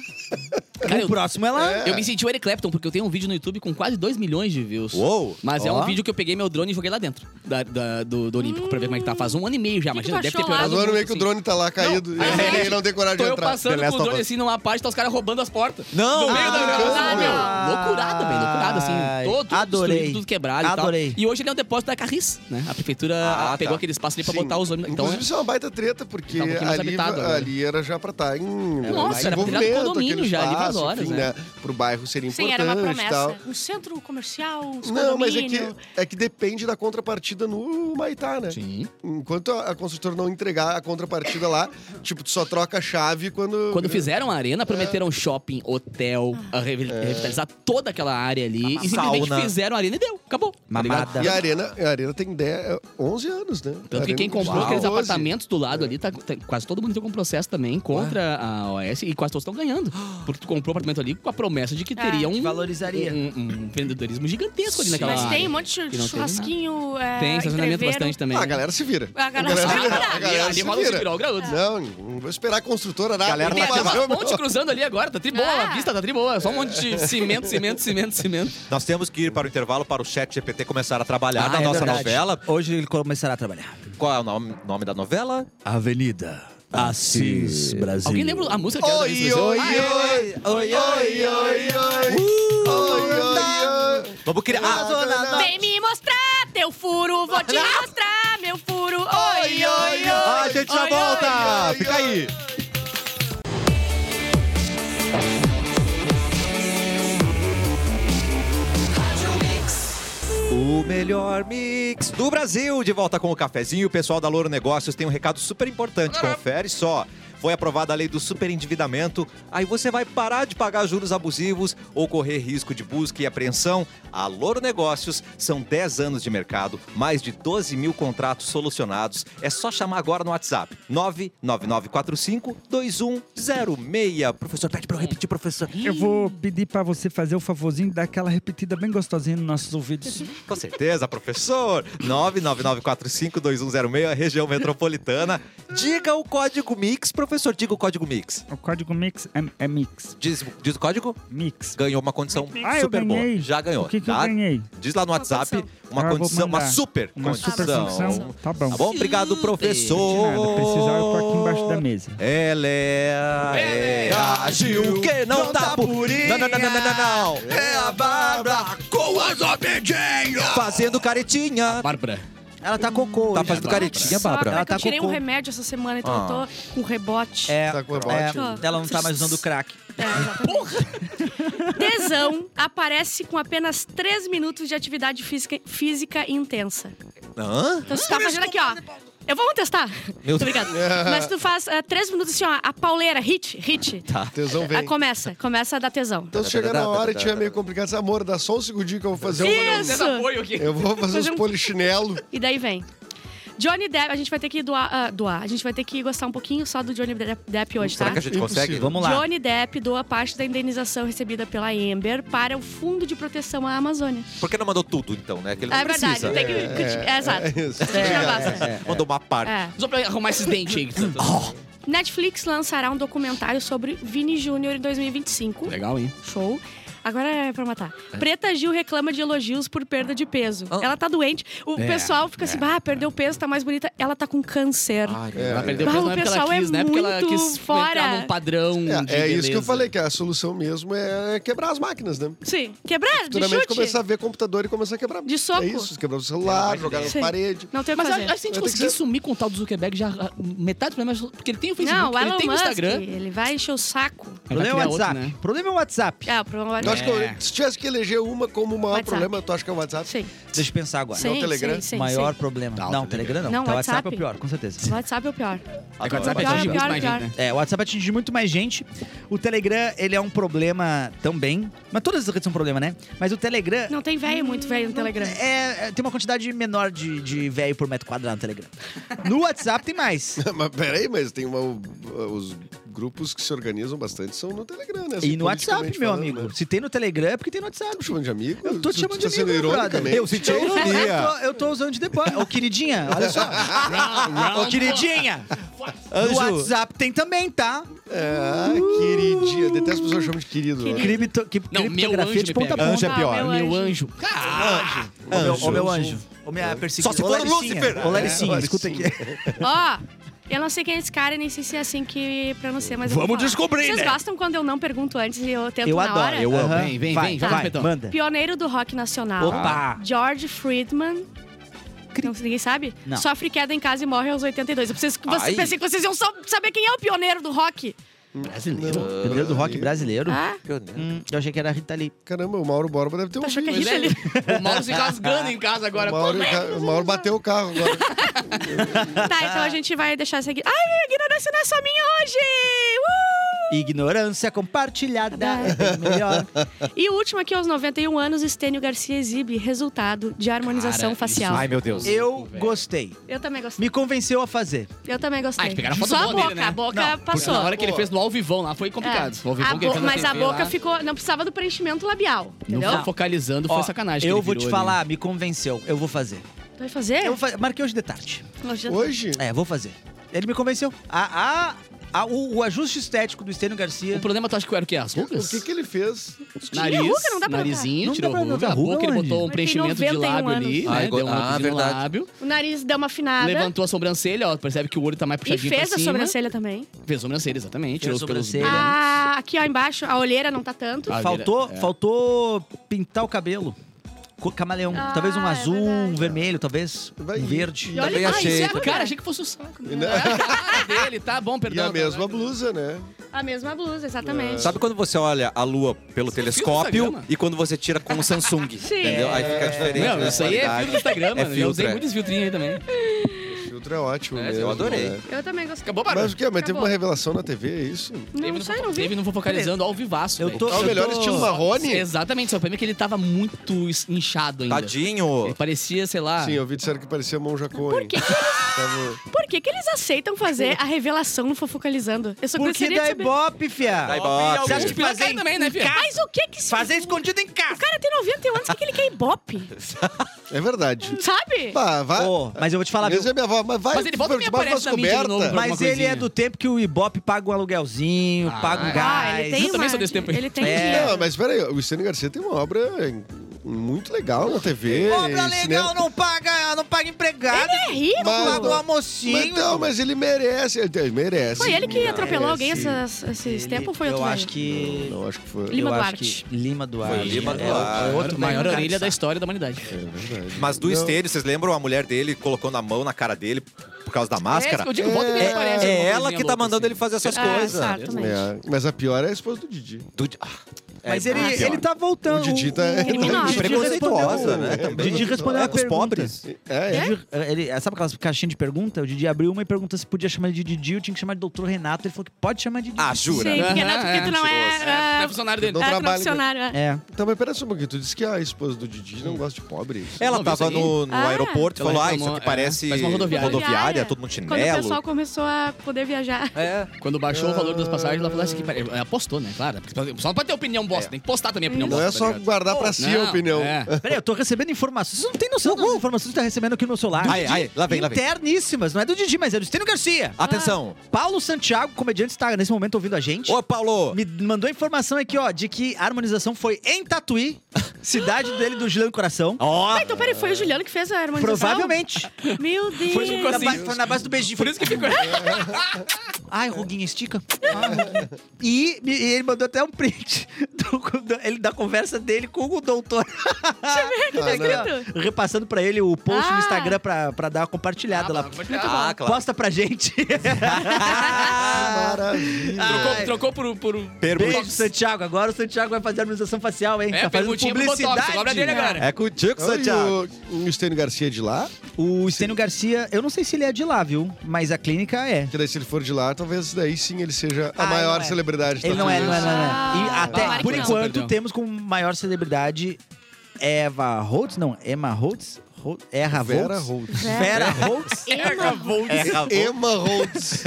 S4: Cara, eu-
S7: o próximo é lá.
S3: É.
S4: Eu me senti o Eric Clapton, porque eu tenho um vídeo no YouTube com quase 2 milhões de views.
S1: Uou!
S4: Mas é
S7: Ó.
S4: um vídeo que eu peguei meu drone e joguei lá dentro da- da- do, do Olímpico pra ver como é que tá. Faz um ano e meio já,
S2: Que que
S4: imagina.
S2: tu
S4: deve ter
S2: achou lá?
S4: piorado.
S3: Mas o ano
S4: muito,
S3: meio que o
S4: assim.
S3: drone tá lá caído
S4: Não, é
S3: e
S4: aí,
S3: ele não tem coragem
S4: Tô
S3: de
S4: eu
S3: entrar.
S4: passando
S1: The
S4: com
S1: Last
S4: o
S1: of
S4: drone
S1: Us.
S4: assim numa parte, tá os caras roubando as portas.
S1: Não!
S4: No meio da
S3: Ah,
S4: gravação, meu.
S2: não.
S4: Loucurada, velho. Loucurada, assim.
S7: Ai,
S4: Todo tudo
S7: adorei.
S4: destruído, tudo quebrado e
S7: Adorei.
S4: tal. E hoje ele é um depósito da Carris, né? A prefeitura
S1: Ah,
S4: ah, pegou
S1: tá.
S4: aquele espaço ali pra
S3: Sim.
S4: botar os homens. Então,
S3: Inclusive, isso é uma baita treta, porque
S4: Tá um pouquinho mais
S3: ali,
S4: habitado agora.
S3: ali era já pra estar em
S4: É, nossa, era pra virar
S3: desenvolvimento,
S4: condomínio
S3: aquele
S4: já, ali
S3: espaço,
S4: várias horas,
S3: enfim,
S4: né?
S3: Pro bairro seria
S2: Sim,
S3: importante
S2: era uma
S3: e tal.
S2: promessa. Um centro comercial, uns
S3: Não, mas é que,
S2: condomínio.
S3: é que depende da contrapartida no Maitá, né?
S4: Sim.
S3: Enquanto a, a construtora não entregar a contrapartida lá, tipo, tu só troca a chave quando...
S4: Quando fizeram a arena,
S2: É.
S4: prometeram shopping, hotel,
S2: Ah.
S4: a revi- revitalizar toda aquela área ali. E simplesmente
S1: Sauna.
S4: fizeram a arena e deu. Acabou. tá
S7: Mamada.
S4: ligado?
S3: E a Arena, a arena tem 10, 11 anos, né? A
S4: Tanto que
S3: Arena
S4: quem comprou
S3: continua
S4: aqueles
S3: 12.
S4: apartamentos do
S2: É.
S4: lado ali, tá, tá- quase todo mundo entrou com processo também contra a OS e quase todos estão ganhando. Porque tu comprou o apartamento ali com a promessa de
S2: É,
S4: que teria um,
S7: valorizaria.
S4: um, um- um empreendedorismo gigantesco ali naquela
S2: Mas
S4: área.
S2: tem um monte
S4: que
S2: de
S4: não teve nada.
S2: churrasquinho, é,
S4: Tem estacionamento
S2: entreveiro.
S4: bastante também.
S3: Ah, a galera se vira.
S2: A galera se
S4: Ah,
S2: vira.
S3: a
S4: ali,
S3: galera
S4: ali
S3: se
S4: rola um
S3: vira.
S4: espiral graúdo.
S3: Não, não vou esperar a construtora nada.
S1: Galera
S3: Vou
S1: tá
S4: Tem até
S3: fazer
S4: uma
S3: o meu.
S4: ponte cruzando ali agora, tá triboa,
S2: Ah.
S4: a vista tá triboa. Só um monte de cimento, cimento, cimento, cimento.
S1: Nós temos que ir para o intervalo para o chat GPT começar a trabalhar
S7: Ah,
S1: na
S7: é
S1: nossa
S7: verdade.
S1: novela.
S7: Hoje ele começará a trabalhar.
S1: Qual é o nome, nome da novela?
S7: Avenida Assis Brasil.
S4: Alguém lembra a música que era da
S3: Oi, oi,
S4: Luísa
S3: oi,
S4: Sonza?
S3: oi, oi, oi, oi, oi, oi, oi.
S1: Vamos criar. Ah,
S2: Vem me mostrar Teu furo, vou te mostrar meu furo. Oi, oi, oi.
S1: Ah, a gente já
S2: Oi,
S1: volta! Fica aí! O melhor mix do Brasil. De volta com o cafezinho. O pessoal da Louro Negócios tem um recado super importante. Confere só. Foi aprovada a lei do superendividamento. Aí você vai parar de pagar juros abusivos ou correr risco de busca e apreensão. A Louro Negócios são 10 anos de mercado, mais de 12 mil contratos solucionados. É só chamar agora no WhatsApp. 99945-2106. Professor, pede para eu repetir, professor.
S6: Eu vou pedir pra você fazer o favorzinho daquela repetida bem gostosinha nos nossos ouvidos.
S2: Uhum.
S1: Com certeza, professor. 999452106, região metropolitana. Diga o código Mix, professor, diga o código Mix.
S6: O código mix é, é mix.
S1: Diz, diz o código?
S6: Mix.
S1: Ganhou uma condição
S6: Ah, eu
S1: super boa.
S6: ganhei?
S1: Já ganhou.
S6: O que que eu
S1: tá?
S6: ganhei?
S1: Diz lá no WhatsApp
S2: condição.
S1: uma
S6: Ah, eu vou
S1: condição, uma
S6: mandar.
S1: super
S6: Uma
S1: condição.
S6: super função. Tá bom.
S1: Tá bom? Obrigado,
S6: De
S1: professor.
S6: nada, precisar eu tô aqui embaixo da mesa.
S1: Ela é, é ágil, que não, tá purinha. Não, não, não, não, não, não. É a Bárbara com as obedinhas. Fazendo caretinha.
S4: Bárbara.
S7: Ela tá cocô.
S1: Tá
S7: hoje.
S1: fazendo caretinha,
S2: Só,
S1: Bárbara.
S7: Ela
S2: tá
S7: tá
S2: eu tirei um
S7: cocô.
S2: remédio essa semana, então
S1: Ah.
S2: eu tô com rebote.
S7: É,
S3: Tá com
S7: é,
S3: rebote.
S7: ela não tá mais usando crack.
S2: É, exatamente. Tesão aparece com apenas 3 minutos de atividade física, física intensa.
S1: Hã?
S2: Então você tá fazendo aqui, ó. Eu vou testar.
S1: Meu
S2: Muito obrigada. Mas tu faz eh, três minutos assim, ó. A pauleira, hit, hit.
S1: Tá.
S3: Tesão vem.
S2: Aí começa, começa a dar tesão.
S3: Então, se chegar na hora e tiver meio complicado, diz, amor, dá só um segundinho que eu vou fazer um.
S2: Isso!
S4: apoio aqui.
S3: Eu vou fazer uns
S2: Fazer um-
S3: polichinelo.
S2: E daí vem. Johnny Depp, a gente vai ter que doar, ah, doar. A gente vai ter que gostar um pouquinho só do Johnny Depp, Depp hoje, tá?
S1: Será que a gente
S3: Impossível.
S1: consegue?
S7: Vamos lá.
S2: Johnny Depp doa parte da indenização recebida pela Amber para o Fundo de Proteção à Amazônia.
S1: Por que não mandou tudo, então, né? Que ele não
S2: Ah, é verdade,
S1: precisa.
S2: tem que. criticar. é, exato.
S3: É isso.
S2: Critica basta.
S1: Mandou uma parte.
S2: É.
S4: Só pra arrumar esses dentes aí. que tá-
S2: Netflix lançará um documentário sobre Vini Júnior em 2025.
S4: Legal, hein?
S2: Show. Agora é pra matar. Preta Gil reclama de elogios por perda de peso.
S1: Ah.
S2: Ela tá doente. O
S1: É,
S2: pessoal fica assim, ah, perdeu peso, tá mais bonita. Ela tá com câncer.
S1: Ai, meu
S3: É.
S1: Deus.
S4: Ela perdeu
S2: Ah,
S4: peso
S2: o
S4: não é porque
S2: pessoal
S4: ela
S2: é
S4: quis, né? Porque ela
S2: muito
S4: quis entrar
S2: fora.
S4: num padrão de
S3: É, é isso que eu
S4: beleza.
S3: falei, que a solução mesmo é quebrar as máquinas, né?
S2: Sim. Quebrar de
S3: Futuramente
S2: chute.
S3: começar a ver computador e começar a quebrar.
S2: De soco.
S3: É isso, quebrar o celular, jogar na
S2: Sim.
S3: parede.
S2: Não tem o que
S4: Mas
S2: fazer.
S4: a, a gente
S3: Vai ter que
S4: conseguir
S3: ser-
S4: sumir com o tal do Zuckerberg já. a- Metade do problema. é- Porque ele tem o Facebook,
S2: Não, o
S4: ele
S2: Elon
S4: tem o
S2: Musk,
S4: Instagram.
S2: ele vai encher o saco.
S7: O problema é
S4: criar
S7: o
S4: outro,
S7: WhatsApp.
S4: né?
S7: O problema é o WhatsApp.
S2: É, o problema
S3: Tu acha que eu- se tivesse que eleger uma como o maior
S2: WhatsApp.
S3: problema, tu acha que é o WhatsApp?
S2: Sim,
S7: Deixa eu pensar agora.
S2: sim,
S3: Telegram?
S2: sim, sim.
S7: o maior
S2: sim.
S7: problema.
S4: Tá, o
S7: Não, o Telegram não.
S2: Não,
S7: Tá, o WhatsApp,
S2: WhatsApp.
S7: é o pior, com certeza.
S2: O WhatsApp é o pior.
S4: É que o WhatsApp
S2: Pior,
S4: atinge muito
S2: pior,
S4: mais
S2: pior.
S4: gente, né?
S7: É, o WhatsApp atinge muito mais gente. O Telegram, ele é um problema também. Mas todas as redes são um problema, né? Mas o Telegram.
S2: Não tem velho, muito velho no Telegram.
S7: É, é, tem uma quantidade menor de, de velho por metro quadrado no Telegram. No WhatsApp tem mais.
S3: mas peraí, mas tem uma. Os grupos que se organizam bastante são no Telegram, né?
S7: E
S3: Assim,
S7: no WhatsApp,
S3: politicamente
S7: meu
S3: falando,
S7: amigo.
S3: né?
S7: Se tem no Telegram, é porque tem no
S3: Tá
S7: WhatsApp.
S3: me chamando de amigo?
S7: Eu tô te
S3: Tu-
S7: chamando
S3: tu tá
S7: de
S3: sendo
S7: amigo, meu
S3: ironicamente.
S7: brother.
S1: Eu senti a
S7: Eu
S1: ironia.
S7: tô, eu tô usando de depósito. Ô, queridinha, olha só. Ô, queridinha. No
S1: Anjo,
S7: WhatsApp tem também, tá?
S3: Ah, queridinha. Detesto as pessoas que chamam de querido. né?
S7: Cripto, que,
S4: Não, meu anjo
S7: criptografia
S4: me
S7: de ponta a
S4: pega.
S7: ponta.
S1: anjo é pior.
S2: Ah,
S4: Meu anjo.
S7: Ô, meu, ô, meu anjo. Ô, minha perseguida.
S1: Só se
S7: Ô,
S1: for o
S7: Laricinha.
S1: Lúcifer.
S7: Ô, Laricinha,
S3: É,
S7: escuta aqui.
S2: Ó, eu não sei quem é esse cara, nem sei se é assim que pronuncia, mas Vamos descobrir, Vocês gostam quando eu não pergunto antes e eu tento
S7: Eu
S2: na
S7: adoro.
S2: hora?
S7: Eu amo.
S4: Vem, vem,
S7: vai,
S4: vem, vamos,
S7: Vai,
S4: Betão.
S7: manda.
S2: Pioneiro do rock nacional.
S7: Opa.
S2: George Friedman. Não, ninguém sabe?
S7: Não.
S2: Sofre queda em casa e morre aos 82. Eu preciso, que vocês-
S1: Ai.
S2: pensei que vocês iam só saber quem é o pioneiro do rock. Tá
S7: Brasileiro. Pioneiro do rock brasileiro.
S2: Ah,
S7: Hum, eu achei que era a Rita Lee.
S3: Caramba, o Mauro Borba deve ter um
S2: achou que é
S3: filho.
S2: Rita Lee?
S4: O Mauro se rasgando em casa agora.
S3: O Mauro, o Mauro bateu o carro agora.
S2: Tá, então a gente vai deixar isso aqui. Ai, a ignorância não é só minha hoje! Uh!
S7: Ignorância compartilhada.
S2: Tá
S7: é melhor.
S2: E o último aqui, aos 91 anos, Estênio Garcia exibe resultado de harmonização
S4: Cara,
S2: facial.
S1: Ai, meu Deus.
S7: Eu gostei.
S2: Eu também gostei.
S7: Me convenceu a fazer.
S2: Eu também gostei.
S4: Ah, eles pegaram a foto
S2: Só a
S4: boa
S2: boca,
S4: dele, né?
S2: a boca
S4: Porque
S2: passou. É.
S4: na hora que ele fez no ao vivão lá foi complicado. O ao vivão
S2: A
S4: que ele
S2: bo-
S4: fez na
S2: Mas a
S4: TV lá,
S2: boca ficou. Não precisava do preenchimento labial.
S4: Não
S2: Entendeu?
S4: ficou focalizando, foi
S7: Ó,
S4: sacanagem. que
S7: Eu
S4: ele
S7: vou
S4: virou ali.
S7: te
S4: É.
S7: falar, me convenceu. Eu vou fazer.
S2: Tu Vai fazer?
S7: Eu vou fa- marquei hoje de tarde.
S2: Hoje-
S3: Hoje?
S7: É, vou fazer. Ele me convenceu. A, a, a- o, o ajuste estético do Estênio Garcia.
S4: O problema tu acha que era o quê? As
S3: O
S4: rugas?
S3: que, que ele fez?
S4: Nariz,
S2: ruga, não dá pra
S4: narizinho,
S7: notar.
S4: tirou
S7: Não dá
S4: ruga. A
S7: pra notar.
S4: boca ele
S7: Ruga
S4: botou um
S2: onde?
S4: preenchimento de
S2: Ele um tem
S4: lábio
S2: 91
S4: ali,
S1: anos.
S4: né?
S1: Ai,
S4: Deu
S1: ah,
S4: uma ah, no
S1: verdade.
S4: lábio.
S2: O nariz deu uma afinada.
S4: Levantou a sobrancelha, ó. Percebe que o olho tá mais
S2: E
S4: puxadinho pra
S2: fez a
S4: cima.
S2: sobrancelha também.
S4: Fez a sobrancelha, exatamente.
S7: Fez
S4: Tirou
S7: a
S4: os pelos
S7: sobrancelha.
S4: brancos.
S2: Ah, aqui ó embaixo, a olheira não tá tanto.
S4: Ah,
S7: Faltou,
S4: vira- é.
S7: faltou pintar o cabelo. co- camaleão.
S2: Ah,
S7: talvez um
S2: é
S7: azul, um
S2: verdade.
S7: verde, talvez
S3: Vai-
S7: um verde.
S2: E olha-
S1: Também
S2: ah,
S1: achei.
S2: isso é
S4: Ah,
S2: a
S4: cara,
S2: cara.
S4: achei que fosse o saco.
S3: E,
S4: Né?
S3: né?
S4: A cara dele, tá bom,
S3: E
S4: perdão.
S3: a mesma
S4: tá,
S3: blusa, né?
S2: A mesma blusa, exatamente.
S1: Sabe quando você olha a lua pelo
S4: Isso é filtro do
S1: telescópio
S4: Instagram.
S1: e quando você tira com o Samsung?
S2: Sim.
S1: Entendeu? Aí fica diferente.
S4: Meu,
S1: né,
S4: isso aí é
S1: qualidade.
S4: filtro do Instagram, mano. Eu
S1: filtro,
S4: usei
S1: é.
S4: muitos filtrinhos aí também.
S3: O filtro é ótimo
S4: É, eu
S3: mesmo.
S1: adorei.
S3: né?
S2: Eu também gostei.
S4: Acabou, Bárbara?
S3: Mas o que? Mas teve
S2: Acabou.
S3: uma revelação na TV, é isso?
S2: Não sei, não vi.
S4: Teve não focalizando ao vivaço.
S7: Eu
S4: velho.
S7: tô-
S3: É o
S7: eu
S3: melhor
S7: tô-
S3: estilo marrone?
S4: Exatamente, só o problema é que ele tava muito es- inchado ainda.
S1: Tadinho.
S4: Ele parecia, sei lá.
S3: Sim, eu vi disseram que parecia mão Jacone.
S2: Por que,
S3: Tava-
S2: por que, que eles aceitam fazer a revelação no Fofocalizando? Eu só
S7: Porque
S2: gostaria de
S7: dá
S2: saber.
S7: ibope, fia.
S1: Dá ibope.
S7: Você acha que
S4: Pilantra
S7: fazer,
S4: também, né, Fia?
S2: Mas o que que se...
S7: fazer escondido em
S2: O
S7: casa?
S2: cara tem 90 anos, o que, que ele quer ibope?
S3: É verdade.
S2: Sabe?
S3: Pá, vai.
S7: Ô, mas eu vou te falar, viu?
S3: Mesmo é minha avó, mas vai.
S4: Mas ele volta e meia
S3: debaixo
S4: aparece
S3: das
S4: na mídia de novo,
S3: cobertas.
S4: pra
S7: Mas
S4: alguma
S7: ele é
S4: coisinha.
S7: do tempo que o ibope paga um aluguelzinho,
S4: Ah,
S7: paga um gás.
S2: Ah, ele tem
S4: Eu também
S2: uma-
S4: sou desse tempo aí.
S2: Ele tem
S7: É.
S2: dinheiro.
S3: Não, mas peraí, o Stênio Garcia tem uma obra em- muito legal na TV.
S7: Obra
S3: em
S7: legal,
S3: cinema.
S7: não paga, não paga empregado,
S2: Ele é rico.
S3: Mas-
S7: paga um
S3: Mas,
S7: almocinho.
S3: não, mas ele merece. Ele ele merece.
S2: Foi ele que
S4: é
S2: atropelou alguém
S4: assim.
S3: merece.
S2: essas, esses
S7: Ele-
S2: tempos ou foi
S7: Eu
S2: outro
S7: acho
S2: velho?
S7: que...
S3: Não, acho que foi.
S2: Lima
S7: eu
S2: Duarte.
S7: Acho que Lima Duarte.
S1: Foi Lima
S7: É,
S1: Duarte.
S7: É outro
S4: maior
S7: velho
S4: orelha da
S7: cansado.
S4: história da humanidade.
S3: É verdade.
S1: Mas do
S3: Não.
S1: estênio, vocês lembram a mulher dele colocando a mão na cara dele por causa da máscara?
S4: É, eu digo, volta e meia
S3: É-
S4: aparece
S1: É
S4: alguma
S1: ela
S4: coisinha
S1: que tá
S4: louca,
S1: mandando
S4: assim.
S1: ele fazer essas
S2: Ah,
S1: coisas.
S2: exatamente.
S3: É, mas a pior é a esposa do Didi.
S1: Do di- ah, é
S7: Mas ele,
S1: pior.
S7: ele tá voltando.
S3: O Didi tá-
S7: o- o-
S2: Ele
S7: o
S2: nossa,
S7: Didi
S1: preconceituosa,
S7: respondeu-
S1: né,
S7: O
S1: também.
S7: Didi respondeu
S1: É
S7: a
S1: com os
S7: pergunta.
S1: pobres.
S3: É, é.
S7: Didi- ele, sabe aquelas caixinhas de pergunta? O Didi abriu uma e perguntou se podia chamar ele de Didi. Eu tinha que chamar de Doutor Renato. Ele falou que pode chamar de Didi.
S1: Ah, jura?
S2: Sim, porque, não,
S4: Aham,
S2: porque tu não é,
S1: é,
S4: tipo Não
S2: é,
S4: é funcionário dele.
S3: Não
S2: é
S3: trabalho-
S2: profissionário. é.
S7: É.
S3: Então, mas pera só um pouquinho. Tu disse que a esposa do Didi não gosta de pobre.
S1: Ela
S4: Não,
S1: tava
S4: isso aí.
S1: no, no
S2: Ah.
S1: aeroporto e
S4: Ela
S1: falou: Ah,
S4: reclamou,
S1: isso aqui
S4: é,
S1: parece
S4: parece uma rodoviária."
S1: rodoviária, todo mundo
S2: Quando o
S1: chinelo.
S2: pessoal começou a poder viajar.
S1: É.
S4: Quando baixou o valor das passagens, ela falou assim: que pare- apostou, né? Claro. Porque Só não pode ter opinião bosta,
S1: É.
S4: tem que postar também a opinião
S3: Não
S4: bosta.
S3: é só
S4: tá ligado?
S3: guardar pra si
S4: Não,
S3: a opinião.
S4: é.
S7: Peraí, eu tô recebendo informações. Vocês não têm noção das informações que tá recebendo aqui no meu celular.
S1: Ai, ai, lá vem, lá vem.
S7: Interníssimas. Não é do Didi, mas é do Estênio Garcia.
S1: Atenção!
S7: Paulo Santiago, comediante, está nesse momento ouvindo a gente.
S1: Ô, Paulo!
S7: Me mandou informação aqui, ó, de que a harmonização foi em Tatuí, cidade dele do Juliano Coração.
S1: Ó!
S2: Ah, então peraí, foi o Juliano que fez a harmonização?
S7: Provavelmente.
S2: Meu Deus.
S4: Foi isso que
S7: Na
S4: Assim.
S7: base- foi na base do beijinho.
S4: Por isso que ficou.
S7: Ai, Ruguinha, estica. Ai, Ruguinha.
S4: Ah.
S7: E, e ele mandou até um print do- do- ele, da conversa dele com o doutor.
S4: tá
S7: Aqui, ó, repassando pra ele o post no
S2: Ah.
S7: Instagram pra, pra dar uma compartilhada lá.
S1: Ah, claro.
S7: Posta pra gente.
S3: Maravilha.
S7: Ai.
S4: Trocou, trocou por, por.
S7: Beijo, Santiago. Agora o Santiago vai fazer a harmonização facial, hein?
S4: É,
S7: tá fazendo
S4: perguntinha pro Botox,
S7: publicidade.
S4: cobra dele agora.
S1: É contigo,
S3: E
S1: Santiago.
S3: o, o Stênio Garcia de lá?
S7: O Estênio Garcia, eu não sei se ele é de lá, viu? Mas a clínica é.
S3: Que daí, se ele for de lá, talvez daí sim ele seja a
S7: Ah,
S3: maior
S7: não é.
S3: celebridade
S7: Ele
S3: da
S7: não é,
S3: Floripa.
S7: não é, não é. não é. E
S2: Ah,
S7: até
S2: tomara
S7: por
S2: que não.
S7: enquanto
S4: Perdão.
S7: temos como maior celebridade Eva Holtz, não, Emma Holtz, Hol- Erra
S3: Vera
S7: Holtz.
S3: Holtz.
S7: Vera Holtz,
S3: Emma Holtz.